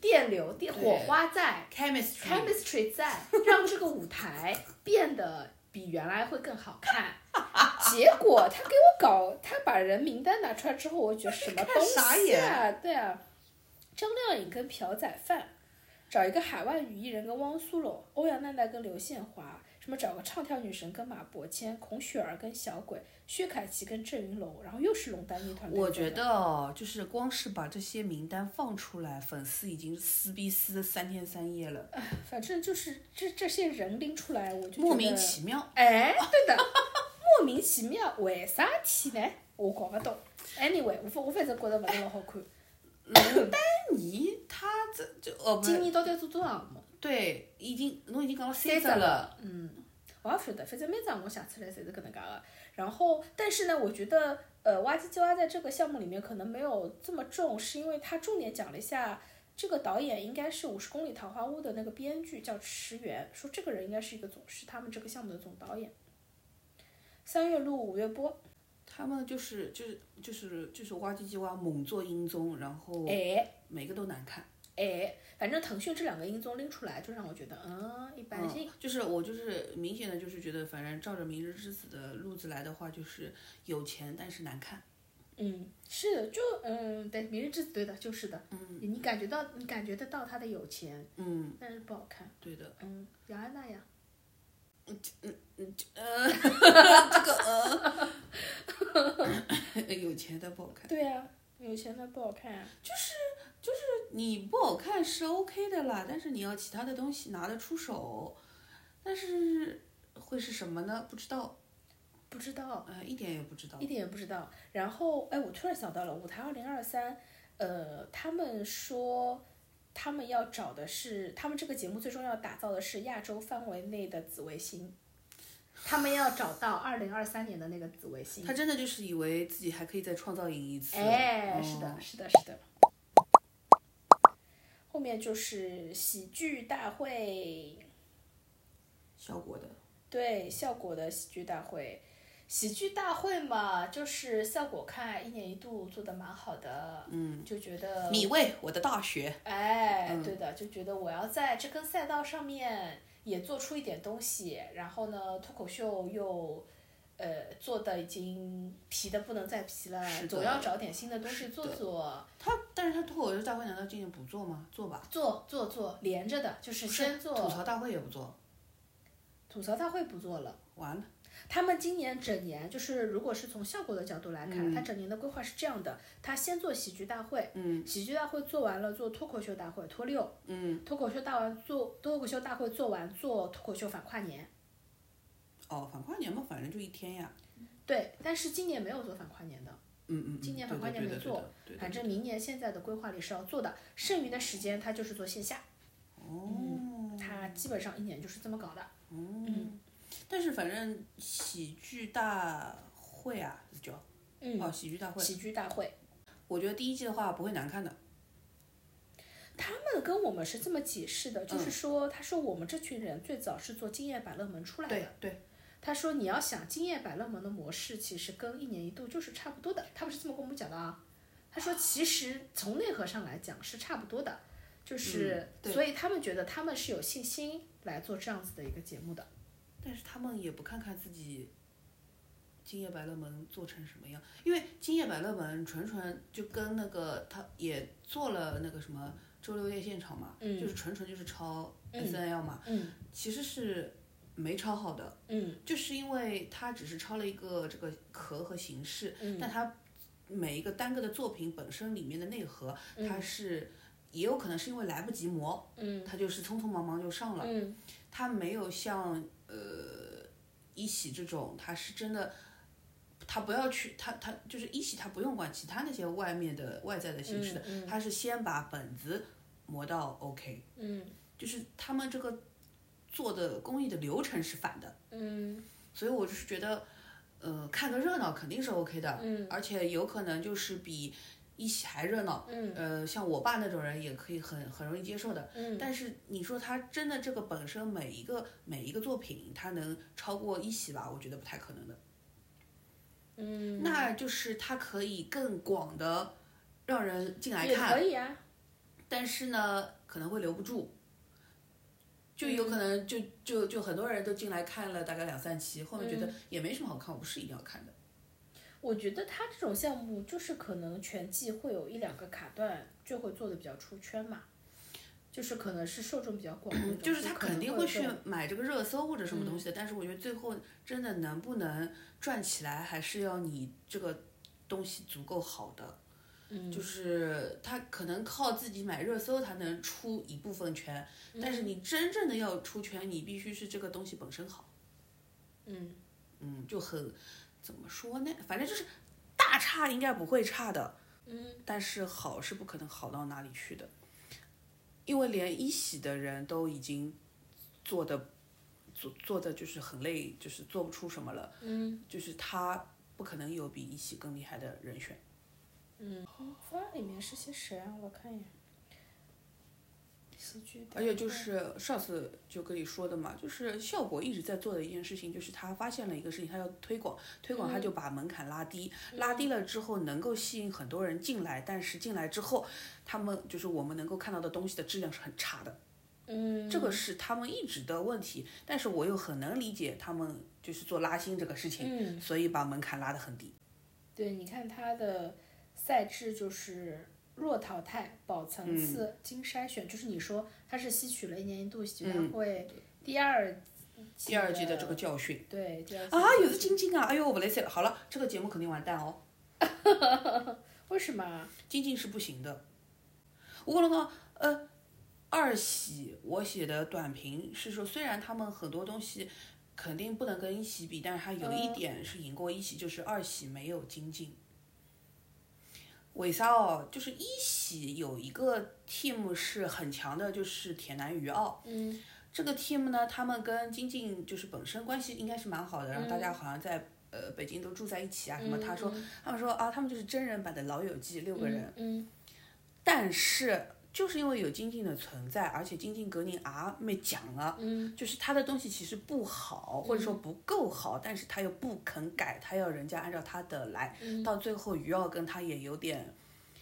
Speaker 2: 电流、电火花在
Speaker 1: chemistry，
Speaker 2: ，chemistry 在，让这个舞台变得比原来会更 好看。结果他给我搞，他把人名单拿出来之后，我觉得什么
Speaker 1: 看
Speaker 2: 东
Speaker 1: 傻
Speaker 2: 西啊？
Speaker 1: 眼
Speaker 2: 对啊，张靓颖跟朴宰范，找一个海外女艺人跟汪苏泷，欧阳娜娜跟刘宪华，什么找个唱跳女神跟马伯骞，孔雪儿跟小鬼，薛凯琪跟郑云龙，然后又是龙丹妮团队。
Speaker 1: 我觉得哦，就是光是把这些名单放出来，粉丝已经撕逼撕了三天三夜了，
Speaker 2: 哎反正就是这这些人拎出来，我就觉得
Speaker 1: 莫名其妙。
Speaker 2: 哎，对的， 莫名其妙，为啥体呢？我搞不懂。Anyway，我反我反正觉得勿是老好看。
Speaker 1: 但你他这就哦不
Speaker 2: 今
Speaker 1: 是
Speaker 2: 年到底做多少项目？
Speaker 1: 对，已经侬已经讲了
Speaker 2: 三
Speaker 1: 只
Speaker 2: 只
Speaker 1: 了，
Speaker 2: 我也勿晓得，反正每张我想出来侪是搿能介个。然后，但是呢，我觉得呃，挖机机挖在这个项目里面可能没有这么重，是因为他重点讲了一下这个导演应该是《五十公里桃花坞》的那个编剧叫池原，说这个人应该是一个总是他们这个项目的总导演。三月录，五月播。
Speaker 1: 他们就是就是就是就是挖唧唧挖，猛做英综，然后
Speaker 2: 哎
Speaker 1: 每个都难看。
Speaker 2: 哎，反正腾讯这两个音综拎出来，就让我觉得嗯一般性。
Speaker 1: 嗯，就是我就是明显的就是觉得，反正照着《明日之子》的路子来的话，就是有钱但是难看。
Speaker 2: 嗯，是的，就嗯，对，《明日之子》对的，就是的。嗯，你感觉到你感觉得到他的有钱，
Speaker 1: 嗯，
Speaker 2: 但是不好看。
Speaker 1: 对的。
Speaker 2: 嗯，杨安娜呀，
Speaker 1: 有钱但不好看，
Speaker 2: 对呀、有钱的不好看、啊。
Speaker 1: 你不好看是 OK 的啦，但是你要其他的东西拿得出手，但是会是什么呢？不知道，
Speaker 2: 不知道，
Speaker 1: 呃，一点也不知道。
Speaker 2: 一点也不知道。然后，哎，我突然想到了《舞台二零二三》，呃，他们说他们要找的是，他们这个节目最终要打造的是亚洲范围内的紫微星，他们要找到二零二三年的那个紫微星。
Speaker 1: 他真的就是以为自己还可以再创造营一次。
Speaker 2: 哎，
Speaker 1: 嗯
Speaker 2: 是的，是的，是的。后面就是喜剧大会，
Speaker 1: 效果的，
Speaker 2: 对效果的喜剧大会，喜剧大会嘛，就是效果看一年一度做的蛮好的，嗯，就觉得
Speaker 1: 你为我的大学。嗯
Speaker 2: 哎，对的，就觉得我要在这根赛道上面也做出一点东西，然后呢，脱口秀又，呃，做的已经皮的不能再皮了
Speaker 1: 是的，
Speaker 2: 总要找点新的东
Speaker 1: 是
Speaker 2: 西做
Speaker 1: 的
Speaker 2: 做
Speaker 1: 他，但是他脱口秀大会难道今年不做吗？做吧，
Speaker 2: 做做做，连着的，就是
Speaker 1: 不
Speaker 2: 先
Speaker 1: 吐
Speaker 2: 做
Speaker 1: 槽大会也不做，
Speaker 2: 吐槽大会不做了。
Speaker 1: 完了，
Speaker 2: 他们今年整年就是，如果是从效果的角度来看，
Speaker 1: 嗯
Speaker 2: 他整年的规划是这样的：他先做喜剧大会，嗯，喜剧大会做完了，做脱口秀大会脱六，嗯，脱口秀大完做脱口秀大会做完做脱口秀反跨年，
Speaker 1: 哦，反跨年嘛，反正就一天呀，
Speaker 2: 对，但是今年没有做反跨年的，
Speaker 1: 嗯嗯，嗯
Speaker 2: 今年
Speaker 1: 对
Speaker 2: 反跨
Speaker 1: 的
Speaker 2: 年
Speaker 1: 对
Speaker 2: 没
Speaker 1: 的
Speaker 2: 做
Speaker 1: 对的对的
Speaker 2: 反正明年现在的规划里是要做的，剩余的时间他就是做线下，嗯
Speaker 1: 哦，
Speaker 2: 他基本上一年就是这么搞的。
Speaker 1: 但是反正喜剧大会啊，是叫
Speaker 2: 嗯，
Speaker 1: 哦，喜剧大会，
Speaker 2: 喜剧大会，
Speaker 1: 我觉得第一季的话不会难看的，
Speaker 2: 他们跟我们是这么解释的，
Speaker 1: 嗯
Speaker 2: 就是说，他说我们这群人最早是做经验百乐门出来的。
Speaker 1: 对对，
Speaker 2: 他说你要想经验百乐门的模式，其实跟一年一度就是差不多的。他们是这么跟我们讲的啊。他说其实从内核上来讲是差不多的，就是、
Speaker 1: 嗯对
Speaker 2: 所以他们觉得他们是有信心来做这样子的一个节目的。
Speaker 1: 但是他们也不看看自己。今夜百乐门做成什么样？因为今夜百乐门纯纯就跟那个他也做了那个什么周六夜现场嘛，
Speaker 2: 嗯
Speaker 1: 就是纯纯就是抄
Speaker 2: 嗯
Speaker 1: S N L 嘛，
Speaker 2: 嗯
Speaker 1: 其实是没抄好的，
Speaker 2: 嗯
Speaker 1: 就是因为它只是抄了一个这个壳和形式，
Speaker 2: 嗯
Speaker 1: 但它每一个单个的作品本身里面的内核，它是也有可能是因为来不及磨，
Speaker 2: 嗯
Speaker 1: 它就是匆匆忙忙就上了，
Speaker 2: 嗯
Speaker 1: 它没有像呃一喜这种，它是真的。他不要去，他他就是一喜，他不用管其他那些外面的外在的形式的，
Speaker 2: 嗯
Speaker 1: 他是先把本子磨到 OK，
Speaker 2: 嗯
Speaker 1: 就是他们这个做的工艺的流程是反的，
Speaker 2: 嗯
Speaker 1: 所以我就是觉得，呃，看个热闹肯定是 OK 的，
Speaker 2: 嗯
Speaker 1: 而且有可能就是比一起还热闹，
Speaker 2: 嗯
Speaker 1: 呃，像我爸那种人也可以很很容易接受的。
Speaker 2: 嗯，
Speaker 1: 但是你说他真的这个本身每一个每一个作品，他能超过一喜吧？我觉得不太可能的。
Speaker 2: 嗯，
Speaker 1: 那就是他可以更广的让人进来
Speaker 2: 也
Speaker 1: 看，
Speaker 2: 可以啊。
Speaker 1: 但是呢，可能会留不住，就
Speaker 2: 嗯
Speaker 1: 有可能就就就很多人都进来看了大概两三期，后面觉得
Speaker 2: 嗯
Speaker 1: 也没什么好看，我不是一定要看的。
Speaker 2: 我觉得他这种项目就是可能全季会有一两个卡段就会做的比较出圈嘛，就是可能是受众比较广那种，
Speaker 1: 嗯就是他
Speaker 2: 可
Speaker 1: 肯
Speaker 2: 能
Speaker 1: 定
Speaker 2: 会
Speaker 1: 会去
Speaker 2: 对
Speaker 1: 买这个热搜或者什么
Speaker 2: 嗯
Speaker 1: 东西的，但是我觉得最后真的能不能赚起来，还是要你这个东西足够好的。
Speaker 2: 嗯
Speaker 1: 就是他可能靠自己买热搜，他能出一部分圈，
Speaker 2: 嗯
Speaker 1: 但是你真正的要出圈，你必须是这个东西本身好。
Speaker 2: 嗯
Speaker 1: 嗯，就很怎么说呢？反正就是大差应该不会差的，
Speaker 2: 嗯
Speaker 1: 但是好是不可能好到哪里去的，因为连一喜的人都已经做的做做的就是很累，就是做不出什么了，
Speaker 2: 嗯
Speaker 1: 就是他不可能有比一喜更厉害的人选。
Speaker 2: 嗯，方案里面是些谁啊？我看一眼，喜剧表
Speaker 1: 而
Speaker 2: 演，
Speaker 1: 且哦就是上次就跟你说的嘛，就是效果一直在做的一件事情，就是他发现了一个事情，他要推广，推广他
Speaker 2: 嗯
Speaker 1: 就把门槛拉低，拉低了之后能够吸引很多人进来，但是进来之后，他们就是我们能够看到的东西的质量是很差的，
Speaker 2: 嗯，
Speaker 1: 这个是他们一直的问题。但是我又很能理解他们就是做拉新这个事情，
Speaker 2: 嗯。
Speaker 1: 所以把门槛拉得很低。
Speaker 2: 对，你看它的赛制就是弱淘汰、保层次、
Speaker 1: 嗯
Speaker 2: 经筛选，就是你说它是吸取了一年一度喜剧大会第二
Speaker 1: 第二季的这个教训
Speaker 2: 对第二季
Speaker 1: 啊，有的
Speaker 2: 的
Speaker 1: 晶晶啊，哎呦，我不来塞了。好了，这个节目肯定完蛋哦。
Speaker 2: 为什么啊？
Speaker 1: 精进是不行的。我跟你讲，呃，二喜我写的短评是说，虽然他们很多东西肯定不能跟一喜比，但是它有一点是赢过一喜，就是二喜没有精进。为啥哦？就是一喜有一个 team 是很强的，就是铁男鱼奥。
Speaker 2: 嗯
Speaker 1: 这个 team 呢，他们跟金靖就是本身关系应该是蛮好的，然后大家好像在呃北京都住在一起啊什么。他说，他们说啊，他们就是真人版的《老友记》六个人，
Speaker 2: 嗯，
Speaker 1: 但是就是因为有金靖的存在，而且金靖格宁啊没讲啊，
Speaker 2: 嗯
Speaker 1: 就是他的东西其实不好，或者说不够好，但是他又不肯改，他要人家按照他的来，到最后于奥跟他也有点
Speaker 2: 嗯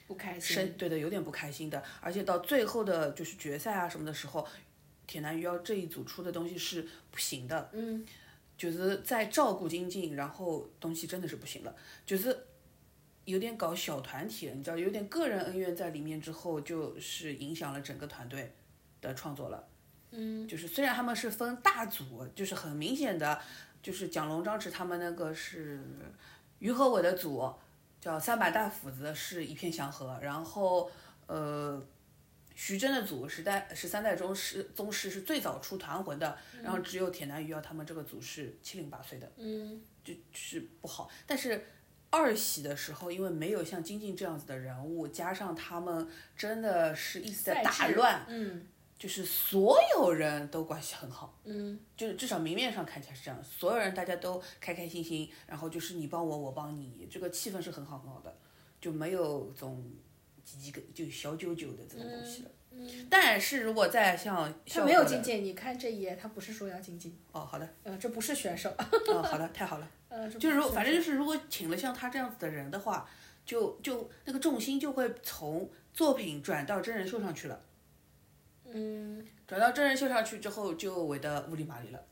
Speaker 2: 不开心。
Speaker 1: 生对的有点不开心的，而且到最后的就是决赛啊什么的时候，铁男鱼要这一组出的东西是不行的，
Speaker 2: 嗯
Speaker 1: 就是在照顾金靖，然后东西真的是不行了，就是有点搞小团体了，你知道，有点个人恩怨在里面之后，就是影响了整个团队的创作了。
Speaker 2: 嗯
Speaker 1: 就是虽然他们是分大组，就是很明显的，就是蒋龙、张弛他们那个是于和伟的组，叫三把大斧子是一片祥和，然后呃。徐峥的组十代十三代宗师宗师是最早出团魂的，然后只有铁男鱼瑶他们这个组是七零八碎的，
Speaker 2: 嗯
Speaker 1: 就就是不好。但是二喜的时候，因为没有像金靖这样子的人物，加上他们真的是一直在打
Speaker 2: 赛制
Speaker 1: 乱，
Speaker 2: 嗯
Speaker 1: 就是所有人都关系很好，
Speaker 2: 嗯
Speaker 1: 就是至少明面上看起来是这样，所有人大家都开开心心，然后就是你帮我，我帮你，这个气氛是很好很好的，就没有总几几个就小九九的这种东西了。
Speaker 2: 嗯，
Speaker 1: 但是如果再像
Speaker 2: 他没有
Speaker 1: 进
Speaker 2: 精进，你看这一页，他不是说要精进，
Speaker 1: 哦，好的，
Speaker 2: 呃，这不是选手，
Speaker 1: 哦，好的，太 好了。
Speaker 2: 呃，这不
Speaker 1: 就是如
Speaker 2: 选手
Speaker 1: 反正就是如果请了像他这样子的人的话，就就那个重心就会从作品转到真人秀上去了，
Speaker 2: 嗯，
Speaker 1: 转到真人秀上去之后就围得乌里麻里了。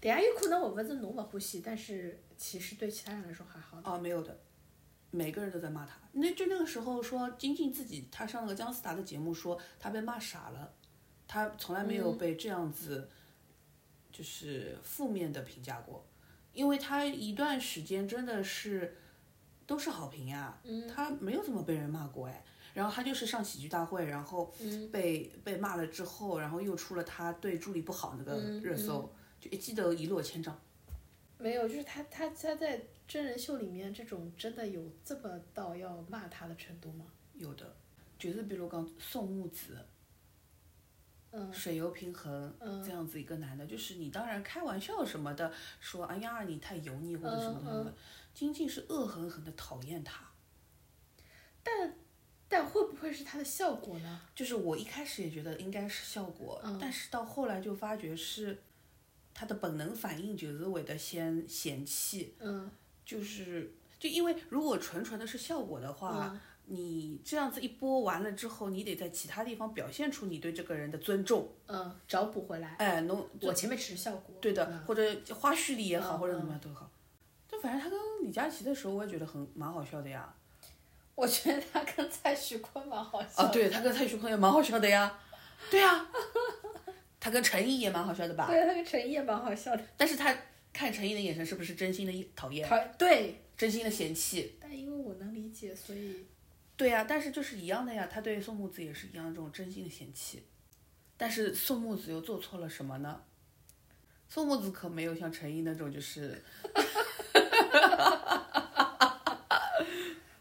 Speaker 2: 等下有可能我们是侬勿欢喜，但是其实对其他人来说还好。
Speaker 1: 哦，没有的，每个人都在骂他。那就那个时候说金靖自己，他上那个姜思达的节目说他被骂傻了，他从来没有
Speaker 2: 嗯
Speaker 1: 被这样子，就是负面的评价过，因为他一段时间真的是都是好评呀、
Speaker 2: 嗯
Speaker 1: 他没有怎么被人骂过哎。然后他就是上喜剧大会，然后被、被骂了之后，然后又出了他对助理不好那个
Speaker 2: 嗯
Speaker 1: 热搜，就一记得一落千丈。
Speaker 2: 没有，就是他他他在真人秀里面这种真的有这么到要骂他的程度吗？
Speaker 1: 有的，就是比如讲宋木子、
Speaker 2: 嗯
Speaker 1: 水油平衡
Speaker 2: 嗯
Speaker 1: 这样子一个男的，就是你当然开玩笑什么的，说哎呀你太油腻或者什么的什么
Speaker 2: 嗯
Speaker 1: 的，金靖是恶狠狠的讨厌他。
Speaker 2: 但会不会是他的效果呢？
Speaker 1: 就是我一开始也觉得应该是效果，
Speaker 2: 嗯
Speaker 1: 但是到后来就发觉是他的本能反应就是为的先嫌弃，
Speaker 2: 嗯
Speaker 1: 就是就因为如果纯纯的是效果的话，
Speaker 2: 嗯
Speaker 1: 你这样子一播完了之后，你得在其他地方表现出你对这个人的尊重，
Speaker 2: 嗯，找补回来。
Speaker 1: 哎，弄
Speaker 2: 我前面只是效果，
Speaker 1: 对的，或者花絮里也好，
Speaker 2: 嗯
Speaker 1: 或者怎么样都好。但反正他跟李佳琦的时候，我也觉得很蛮好笑的呀。
Speaker 2: 我觉得他跟蔡徐坤蛮好笑
Speaker 1: 啊，
Speaker 2: 的。
Speaker 1: 对他跟蔡徐坤也蛮好笑的 呀，对呀、 他跟陈毅也蛮好笑的吧？
Speaker 2: 啊对，他跟陈毅也蛮好笑的。
Speaker 1: 但是他看陈毅的眼神是不是真心的讨厌，
Speaker 2: 讨对，
Speaker 1: 真心的嫌弃？
Speaker 2: 但因为我能理解，所以
Speaker 1: 对呀、但是就是一样的呀，他对宋木子也是一样这种真心的嫌弃，但是宋木子又做错了什么呢？宋木子可没有像陈毅那种就是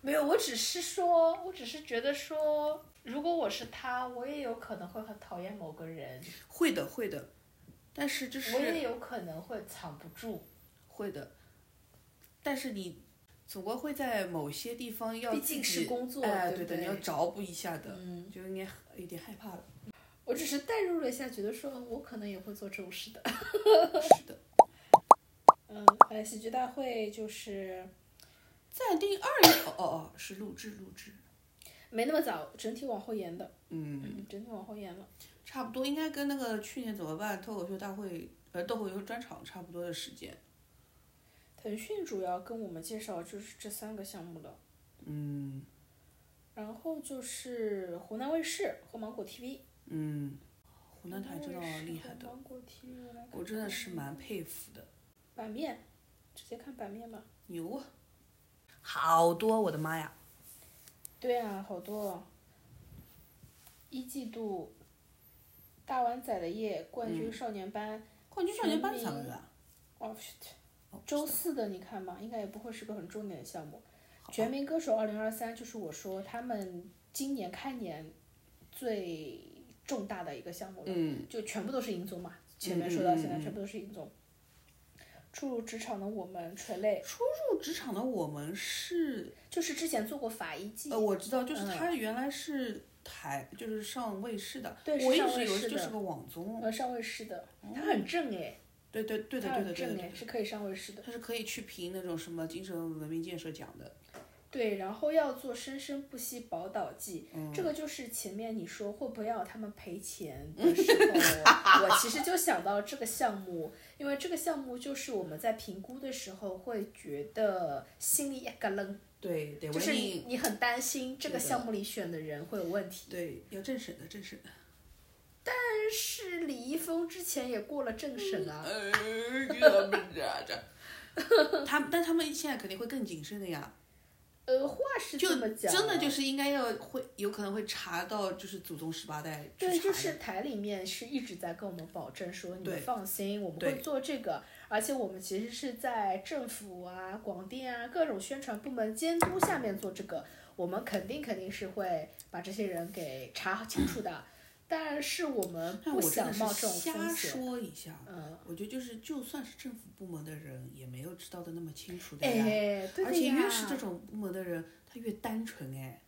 Speaker 2: 没有。我只是说，我只是觉得说，如果我是他，我也有可能会很讨厌某个人，
Speaker 1: 会的会的，但是就是
Speaker 2: 我也有可能会藏不住。
Speaker 1: 会的，但是你总归会在某些地方要
Speaker 2: 毕
Speaker 1: 自
Speaker 2: 竟
Speaker 1: 己
Speaker 2: 是工作，
Speaker 1: 哎，
Speaker 2: 对
Speaker 1: 对
Speaker 2: 不对？
Speaker 1: 的，你要找补一下的，
Speaker 2: 嗯，
Speaker 1: 就应该有点害怕了。
Speaker 2: 我只是代入了一下，觉得说嗯我可能也会做这种 事的。
Speaker 1: 是的，
Speaker 2: 嗯，反正喜剧大会就是
Speaker 1: 暂定二月，哦哦哦，是录制录制，
Speaker 2: 没那么早，整体往后延的。
Speaker 1: 嗯。
Speaker 2: 嗯，整体往后延了。
Speaker 1: 差不多应该跟那个去年怎么办脱口秀大会呃脱口秀专场差不多的时间。
Speaker 2: 腾讯主要跟我们介绍就是这三个项目了，
Speaker 1: 嗯
Speaker 2: 然后就是湖南卫视和芒果 TV。
Speaker 1: 嗯，湖南台真的
Speaker 2: 湖南卫视
Speaker 1: 厉害的，
Speaker 2: 和芒果 TV，来看看
Speaker 1: 我真的是蛮佩服的，
Speaker 2: 版面，直接看版面吧。
Speaker 1: 牛啊！好多，我的妈呀！
Speaker 2: 对啊，好多哦。一季度，大碗仔的夜冠军少年班。
Speaker 1: 冠军少年班是啥个啊？
Speaker 2: 哦、
Speaker 1: 哦
Speaker 2: 周四的你看吧，应该也不会是个很重点的项目。
Speaker 1: 好吧
Speaker 2: 全民歌手二零二三就是我说他们今年开年最重大的一个项目了，
Speaker 1: 嗯，
Speaker 2: 就全部都是银综嘛。前面说到现在，全部都是银综。初入职场的我们垂泪，
Speaker 1: 入职场的我们是
Speaker 2: 就是之前做过法医季，
Speaker 1: 呃，我知道，就是
Speaker 2: 嗯
Speaker 1: 他原来是台，就是上卫视的，
Speaker 2: 对
Speaker 1: 我一
Speaker 2: 是上
Speaker 1: 直
Speaker 2: 卫
Speaker 1: 以为
Speaker 2: 视
Speaker 1: 就是
Speaker 2: 的
Speaker 1: 个网综。
Speaker 2: 呃，上卫视的，他很正哎，
Speaker 1: 对对对的
Speaker 2: 他
Speaker 1: 对
Speaker 2: 很
Speaker 1: 的对
Speaker 2: 正
Speaker 1: 的，
Speaker 2: 哎，是可以上卫视的。
Speaker 1: 他是可以去评那种什么精神文明建设奖的。
Speaker 2: 对，然后要做生生不息宝岛季，
Speaker 1: 嗯
Speaker 2: 这个就是前面你说会不会要他们赔钱的时候，我其实就想到这个项目，因为这个项目就是我们在评估的时候会觉得心里一咯楞，
Speaker 1: 对，得
Speaker 2: 就
Speaker 1: 文
Speaker 2: 是
Speaker 1: 明。
Speaker 2: 你你很担心这
Speaker 1: 对嗯
Speaker 2: 个
Speaker 1: 的
Speaker 2: 项目里选的人会有问题。
Speaker 1: 对，要政审的，政审 的。
Speaker 2: 但是李易峰之前也过了政审啊，
Speaker 1: 呃，这不 这。他们，但他们现在肯定会更谨慎的呀，
Speaker 2: 呃，话是
Speaker 1: 就
Speaker 2: 这么讲，啊
Speaker 1: 真的就是应该要会，有可能会查到就是祖宗十八代去查
Speaker 2: 对，
Speaker 1: 的。
Speaker 2: 就是台里面是一直在跟我们保证说，你们
Speaker 1: 对
Speaker 2: 放心，我们
Speaker 1: 对
Speaker 2: 会做这个，而且我们其实是在政府啊、广电啊各种宣传部门监督下面做这个，我们肯定肯定是会把这些人给查清楚的，但是我们
Speaker 1: 但我
Speaker 2: 不
Speaker 1: 真
Speaker 2: 想
Speaker 1: 的是
Speaker 2: 冒这种
Speaker 1: 瞎
Speaker 2: 风险。
Speaker 1: 说一下，
Speaker 2: 嗯，
Speaker 1: 我觉得就是就算是政府部门的人，也没有知道的那么清楚的呀。
Speaker 2: 哎，对
Speaker 1: 而
Speaker 2: 的
Speaker 1: 且
Speaker 2: 呀
Speaker 1: 越是这种部门的人，他越单纯哎。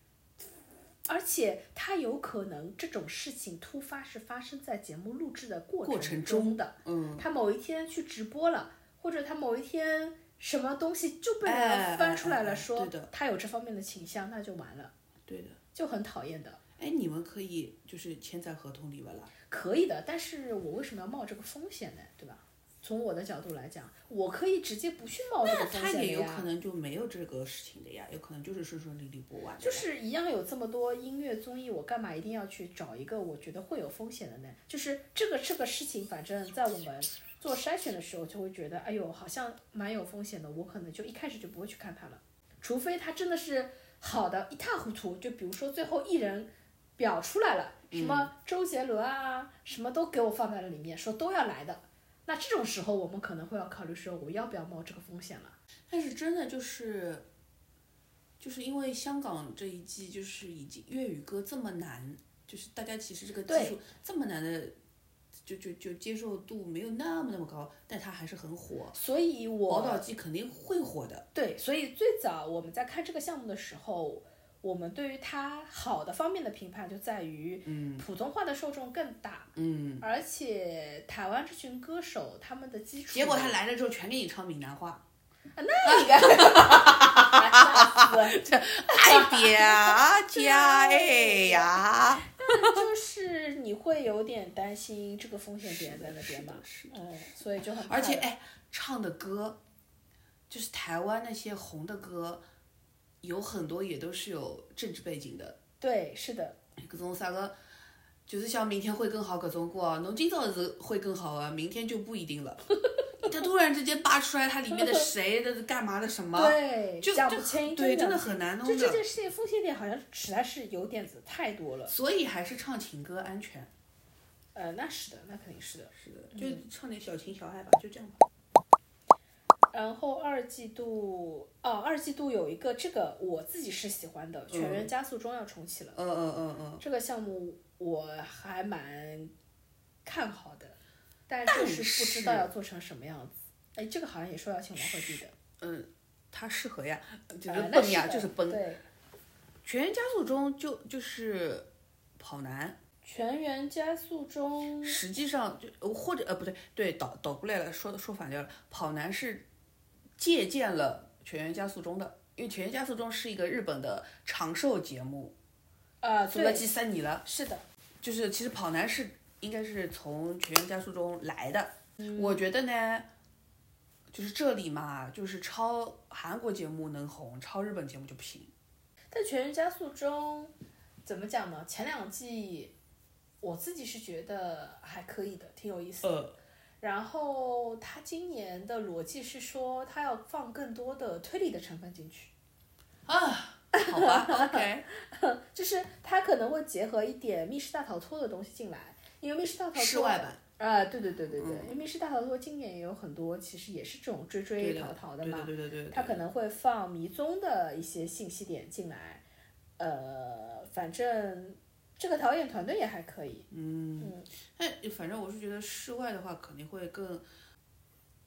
Speaker 2: 而且他有可能这种事情突发是发生在节目录制的
Speaker 1: 过
Speaker 2: 过
Speaker 1: 程
Speaker 2: 程
Speaker 1: 中
Speaker 2: 中的。
Speaker 1: 嗯，
Speaker 2: 他某一天去直播了，或者他某一天什么东西就被
Speaker 1: 哎
Speaker 2: 人翻出来
Speaker 1: 哎哎
Speaker 2: 了，
Speaker 1: 哎
Speaker 2: 说
Speaker 1: 对的
Speaker 2: 他有这方面的倾向，那就完了，
Speaker 1: 对的。
Speaker 2: 就很讨厌的。
Speaker 1: 哎，你们可以就是签在合同里边啦。
Speaker 2: 可以的，但是我为什么要冒这个风险呢？对吧？从我的角度来讲，我可以直接不去冒这个
Speaker 1: 那
Speaker 2: 风
Speaker 1: 他
Speaker 2: 险的
Speaker 1: 也有
Speaker 2: 呀。
Speaker 1: 可能就没有这个事情的呀，有可能就是顺顺利利播完的呀。
Speaker 2: 就是一样有这么多音乐综艺，我干嘛一定要去找一个我觉得会有风险的呢？就是这个这个事情，反正在我们做筛选的时候就会觉得，哎呦，好像蛮有风险的，我可能就一开始就不会去看它了，除非它真的是好的一塌糊涂。就比如说最后艺人表出来了，什么周杰伦啊，什么都给我放在了里面，说都要来的。那这种时候，我们可能会要考虑说，我要不要冒这个风险了？
Speaker 1: 但是真的就是，就是因为香港这一季就是已经粤语歌这么难，就是大家其实这个技术这么难的，就就就接受度没有那么那么高，但它还是很火。
Speaker 2: 所以我
Speaker 1: 宝岛季肯定会火的，
Speaker 2: 对，所以最早我们在看这个项目的时候，我们对于它好的方面的评判就在于，嗯，普通话的受众更大，嗯，而且台湾这群歌手他们的基础，
Speaker 1: 结果他来了之后全给你唱闽南话，
Speaker 2: 那应该吓死哎
Speaker 1: 爱点啊，加哎呀，
Speaker 2: 就是你会有点担心这个风险点在那边嘛，嗯，所以就很
Speaker 1: 而且
Speaker 2: 怕
Speaker 1: 哎，唱的歌，就是台湾那些红的歌，有很多也都是有政治背景的。
Speaker 2: 对，是的，
Speaker 1: 搿种啥个，就是像明天会更好搿种歌哦，侬今朝是会更好啊，明天就不一定了。他突然之间扒出来他里面的谁的干嘛的什么，
Speaker 2: 对，
Speaker 1: 就
Speaker 2: 讲
Speaker 1: 就
Speaker 2: 不清，
Speaker 1: 对，真
Speaker 2: 的
Speaker 1: 的很难
Speaker 2: 就
Speaker 1: 弄
Speaker 2: 这
Speaker 1: 的。
Speaker 2: 件事情风险点好像实在是有点子太多了，
Speaker 1: 所以还是唱情歌安全。
Speaker 2: 呃，那是的，那肯定是的。
Speaker 1: 是的，就唱点小情小爱吧，就这样吧。
Speaker 2: 然后二季度，哦，二季度有一个这个我自己是喜欢的，《全员加速中》要重启了，
Speaker 1: 嗯嗯嗯嗯。
Speaker 2: 这个项目我还蛮看好的，但
Speaker 1: 但
Speaker 2: 就是不
Speaker 1: 是
Speaker 2: 知道要做成什么样子。哎，这个好像也说要请王鹤棣的，
Speaker 1: 嗯，他适合呀，就
Speaker 2: 呃
Speaker 1: 是
Speaker 2: 那
Speaker 1: 蹦呀，
Speaker 2: 的
Speaker 1: 就是蹦。
Speaker 2: 对，
Speaker 1: 全员加速中就就是跑男，
Speaker 2: 全员加速中，
Speaker 1: 实际上就呃或者呃不对对倒倒过来了，说说反掉了，跑男是借鉴了全员加速中的，因为全员加速中是一个日本的长寿节目，
Speaker 2: 啊，
Speaker 1: 做了
Speaker 2: 对，
Speaker 1: 几三年了。
Speaker 2: 是的，
Speaker 1: 就是其实跑男是应该是从全员加速中来的，
Speaker 2: 嗯
Speaker 1: 我觉得呢，就是这里嘛，就是抄韩国节目能红，抄日本节目就不行。
Speaker 2: 但《全员加速》中，怎么讲呢？前两季我自己是觉得还可以的，挺有意思的。
Speaker 1: 呃，
Speaker 2: 然后他今年的逻辑是说，他要放更多的推理的成分进去，
Speaker 1: 好 吧，OK，
Speaker 2: 就是他可能会结合一点密室大逃脱的东西进来，因为密室大逃脱
Speaker 1: 室外版，嗯
Speaker 2: 啊，对对对对对，因为密室大逃脱今年也有很多，其实也是这种追追
Speaker 1: 对的
Speaker 2: 逃逃的
Speaker 1: 对
Speaker 2: 嘛
Speaker 1: 对，对对对，
Speaker 2: 他可能会放迷踪的一些信息点进来，呃，反正这个导演团队也还可以，
Speaker 1: 但反正我是觉得室外的话肯定会更，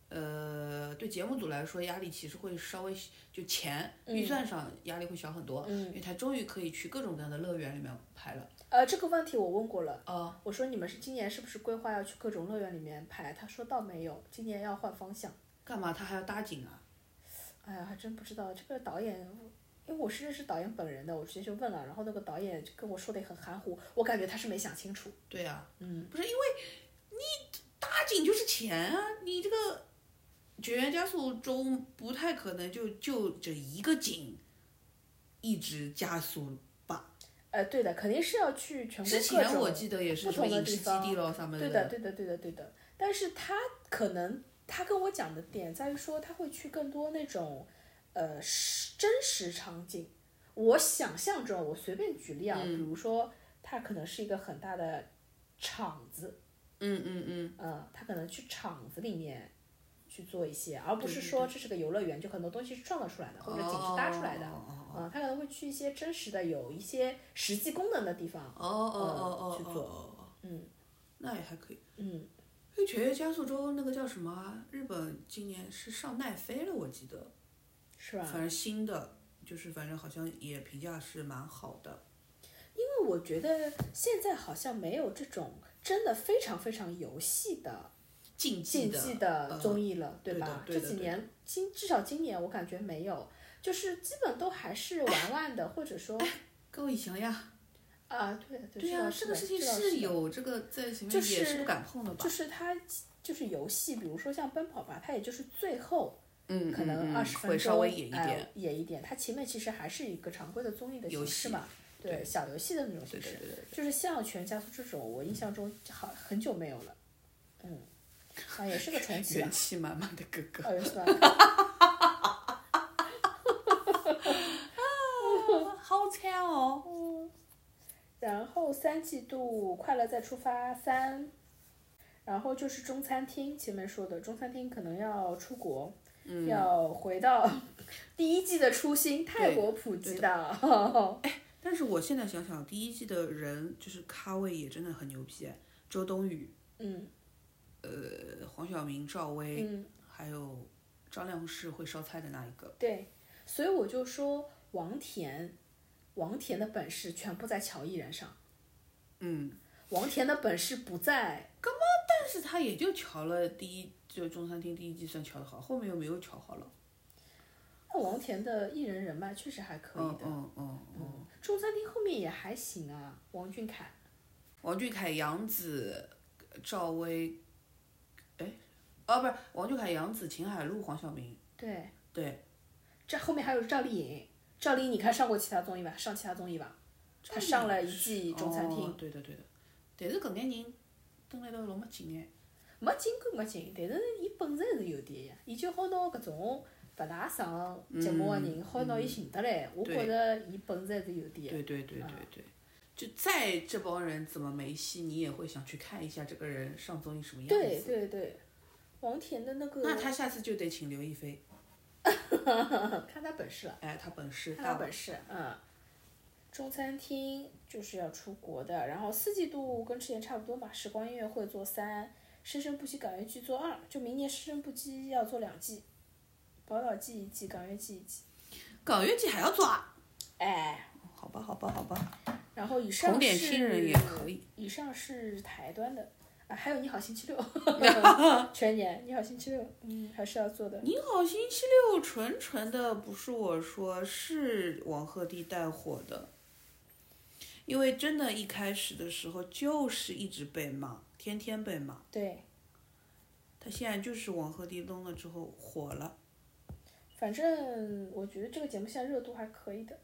Speaker 1: 呃，对节目组来说压力其实会稍微就钱
Speaker 2: 嗯
Speaker 1: 预算上压力会小很多，因为他终于可以去各种各样的乐园里面拍了。
Speaker 2: 呃，这个问题我问过了，
Speaker 1: 哦，
Speaker 2: 我说你们是今年是不是规划要去各种乐园里面拍？他说倒没有，今年要换方向。
Speaker 1: 干嘛他还要搭景啊？
Speaker 2: 哎呀，还真不知道这个导演，因为我是认识导演本人的，我直接就问了，然后那个导演就跟我说的也很含糊，我感觉他是没想清楚。
Speaker 1: 对啊，嗯，不是因为你搭景就是钱啊，你这个绝缘加速中不太可能就就这一个景一直加速吧。
Speaker 2: 呃，对的，肯定是要去全国
Speaker 1: 之
Speaker 2: 各
Speaker 1: 前
Speaker 2: 种。
Speaker 1: 我记得也是
Speaker 2: 不
Speaker 1: 什么
Speaker 2: 同的
Speaker 1: 影视
Speaker 2: 地
Speaker 1: 基
Speaker 2: 方
Speaker 1: 地咯什么
Speaker 2: 对
Speaker 1: 的，
Speaker 2: 的，对的，对的，对的。但是他可能他跟我讲的点在于说，他会去更多那种呃实真实场景。我想象中，我随便举例啊，
Speaker 1: 嗯
Speaker 2: 比如说他可能是一个很大的场子，
Speaker 1: 嗯嗯嗯，
Speaker 2: 嗯、他可能去场子里面去做一些，而不是说这是个游乐园，就很多东西是创造出来的，或者景是搭出来的。
Speaker 1: 哦哦
Speaker 2: 嗯、他可能会去一些真实的、有一些实际功能的地方。
Speaker 1: 哦哦哦哦，
Speaker 2: 嗯去做
Speaker 1: 做，嗯，那也还可以。
Speaker 2: 嗯，
Speaker 1: 因为《全月加速中》那个叫什么啊？日本今年是上奈飞了，我记得，
Speaker 2: 是吧？
Speaker 1: 反正新的，就是反正好像也评价是蛮好的。
Speaker 2: 因为我觉得现在好像没有这种真的非常非常游戏的
Speaker 1: 竞技
Speaker 2: 竞
Speaker 1: 的，呃
Speaker 2: 技的综艺了，
Speaker 1: 嗯对的
Speaker 2: 吧？
Speaker 1: 对的
Speaker 2: 这几年今至少今年我感觉没有，就是基本都还是
Speaker 1: 哎
Speaker 2: 玩玩的，或者说
Speaker 1: 各位想呀，
Speaker 2: 啊，对对
Speaker 1: 哎对呀、这个事情
Speaker 2: 是
Speaker 1: 是
Speaker 2: 的
Speaker 1: 有这个在前面
Speaker 2: 就是
Speaker 1: 也是不敢碰的吧？
Speaker 2: 就是它就是游戏，比如说像奔跑吧，它也就是最后
Speaker 1: 嗯
Speaker 2: 可能二十分钟、
Speaker 1: 会稍微演一
Speaker 2: 哎
Speaker 1: 点，
Speaker 2: 演一点，它前面其实还是一个常规的综艺的
Speaker 1: 游
Speaker 2: 形
Speaker 1: 戏
Speaker 2: 式嘛，对小游戏的那种
Speaker 1: 对对
Speaker 2: 形式，
Speaker 1: 对对。
Speaker 2: 就是像全家福这种，我印象中好很久没有了，嗯，啊也是个重启吧
Speaker 1: 元，气满满的哥哥，
Speaker 2: 二月份，
Speaker 1: 好惨哦！
Speaker 2: 然后三季度快乐再出发三，然后就是中餐厅前面说的中餐厅可能要出国，要回到第一季的初心，泰国普吉岛，
Speaker 1: 但是我现在想想，第一季的人就是咖位也真的很牛逼，周冬雨、
Speaker 2: 嗯
Speaker 1: 呃黄晓明、赵薇，
Speaker 2: 嗯，
Speaker 1: 还有张亮是会烧菜的那一个。
Speaker 2: 对，所以我就说王田，王田的本事全部在乔伊人上，
Speaker 1: 嗯，
Speaker 2: 王田的本事不在。
Speaker 1: 但是他也就瞧了第一，就中餐厅第一季算瞧得好，后面又没有瞧好了。
Speaker 2: 那王田的艺人人脉确实还可以
Speaker 1: 嗯
Speaker 2: 的。
Speaker 1: 嗯嗯嗯，
Speaker 2: 中餐厅后面也还行啊，王俊凯。
Speaker 1: 王俊凯、杨紫、赵薇，哎，哦，不是，王俊凯、杨紫、秦海璐、黄晓明，
Speaker 2: 对
Speaker 1: 对，
Speaker 2: 这后面还有赵丽颖，赵丽颖你看上过其他综艺吧？上其他综艺吧？她上了一季中餐厅，
Speaker 1: 哦对的对的，但是搿眼人蹲辣一道老没劲哎。
Speaker 2: 没进过没进，但是伊本事还是有点呀。伊就好拿搿种勿大上节目个
Speaker 1: 嗯
Speaker 2: 人，好拿伊寻得来。我觉着伊本事还是有点。
Speaker 1: 对对对对对，就再这帮人怎么没戏，你也会想去看一下这个人上综艺什么样子。
Speaker 2: 对对对，王田的那个，
Speaker 1: 那他下次就得请刘亦菲，
Speaker 2: 看他本事啊了，
Speaker 1: 哎，他本事
Speaker 2: 看他
Speaker 1: 大，
Speaker 2: 本事，嗯。中餐厅就是要出国的，然后四季度跟之前差不多嘛，时光音乐会做三，生生不息港乐剧做二，就明年生生不息要做两季，宝岛季一季，港乐季一季，
Speaker 1: 港乐季还要啊抓。
Speaker 2: 哎，
Speaker 1: 好吧，好吧，好吧，
Speaker 2: 然后以上
Speaker 1: 红
Speaker 2: 是
Speaker 1: 点新人也可以。
Speaker 2: 以上是台端的啊，还有你好星期六， 全年你好星期六，嗯，还是要做的。
Speaker 1: 你好，星期六纯纯的不是我说，是王鹤棣带火的，因为真的，一开始的时候就是一直被骂，天天被骂。
Speaker 2: 对，
Speaker 1: 他现在就是王鹤棣弄了之后火了，
Speaker 2: 反正我觉得这个节目现在热度还可以的。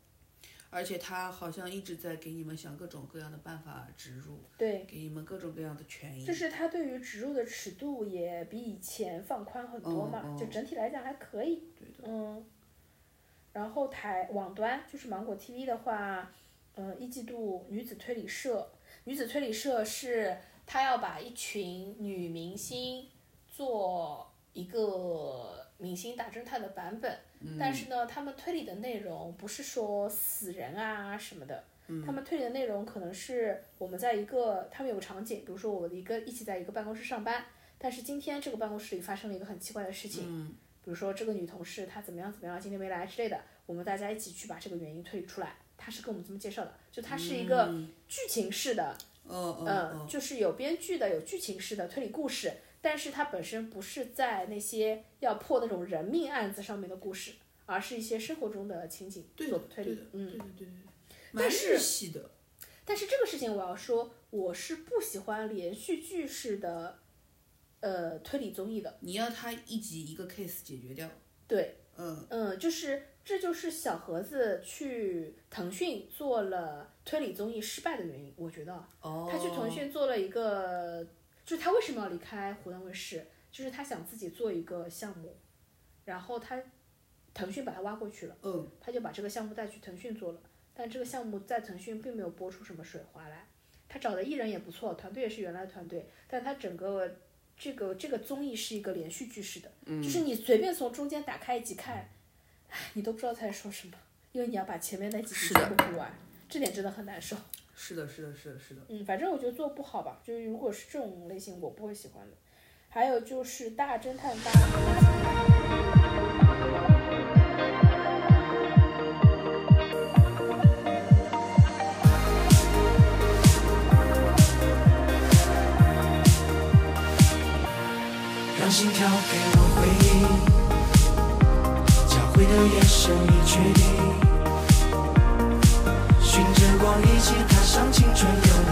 Speaker 1: 而且他好像一直在给你们想各种各样的办法植入，
Speaker 2: 对，
Speaker 1: 给你们各种各样的权益。
Speaker 2: 就是它对于植入的尺度也比以前放宽很多嘛，
Speaker 1: 嗯嗯
Speaker 2: 就整体来讲还可以。
Speaker 1: 对的，
Speaker 2: 嗯，然后台网端就是芒果 TV 的话，嗯，一季度女子推理社，女子推理社是她要把一群女明星做一个明星大侦探的版本，但是呢，他们推理的内容不是说死人啊什么的。他们推理的内容可能是我们在一个，他们有个场景，比如说我的一个一起在一个办公室上班，但是今天这个办公室里发生了一个很奇怪的事情，比如说这个女同事她怎么样怎么样，今天没来之类的，我们大家一起去把这个原因推理出来。她是跟我们这么介绍的，就它是一个剧情式的，
Speaker 1: 嗯嗯
Speaker 2: 嗯，就是有编剧的，有剧情式的推理故事，但是它本身不是在那些要破那种人命案子上面的故事，而是一些生活中的情景
Speaker 1: 对
Speaker 2: 做
Speaker 1: 的，
Speaker 2: 推
Speaker 1: 对
Speaker 2: 理
Speaker 1: 的，，
Speaker 2: 嗯。
Speaker 1: 对的，对的，对的
Speaker 2: 但
Speaker 1: 蛮
Speaker 2: 是
Speaker 1: 日系的，
Speaker 2: 但是这个事情我要说，我是不喜欢连续剧式的，呃，推理综艺的。
Speaker 1: 你要他一集一个 case 解决掉，
Speaker 2: 对，
Speaker 1: 嗯，
Speaker 2: 嗯，就是这就是小盒子去腾讯做了推理综艺失败的原因，我觉得啊
Speaker 1: 哦，
Speaker 2: 他去腾讯做了一个，就是他为什么要离开湖南卫视，就是他想自己做一个项目，然后他腾讯把他挖过去了。
Speaker 1: 嗯，
Speaker 2: 他就把这个项目带去腾讯做了，但这个项目在腾讯并没有播出什么水花来。他找的艺人也不错，团队也是原来的团队，但他整个这个这个综艺是一个连续剧式的，就是你随便从中间打开一集看，唉你都不知道他在说什么，因为你要把前面那几集
Speaker 1: 是
Speaker 2: 全部补完，这点真的很难受。
Speaker 1: 是的，是的，是的，是的，
Speaker 2: 嗯，反正我觉得做不好吧，就是如果是这种类型，我不会喜欢的。还有就是《大侦探巴黎》，
Speaker 3: 让心跳给我回应，交汇的眼神已确定，循着光一起踏上青春的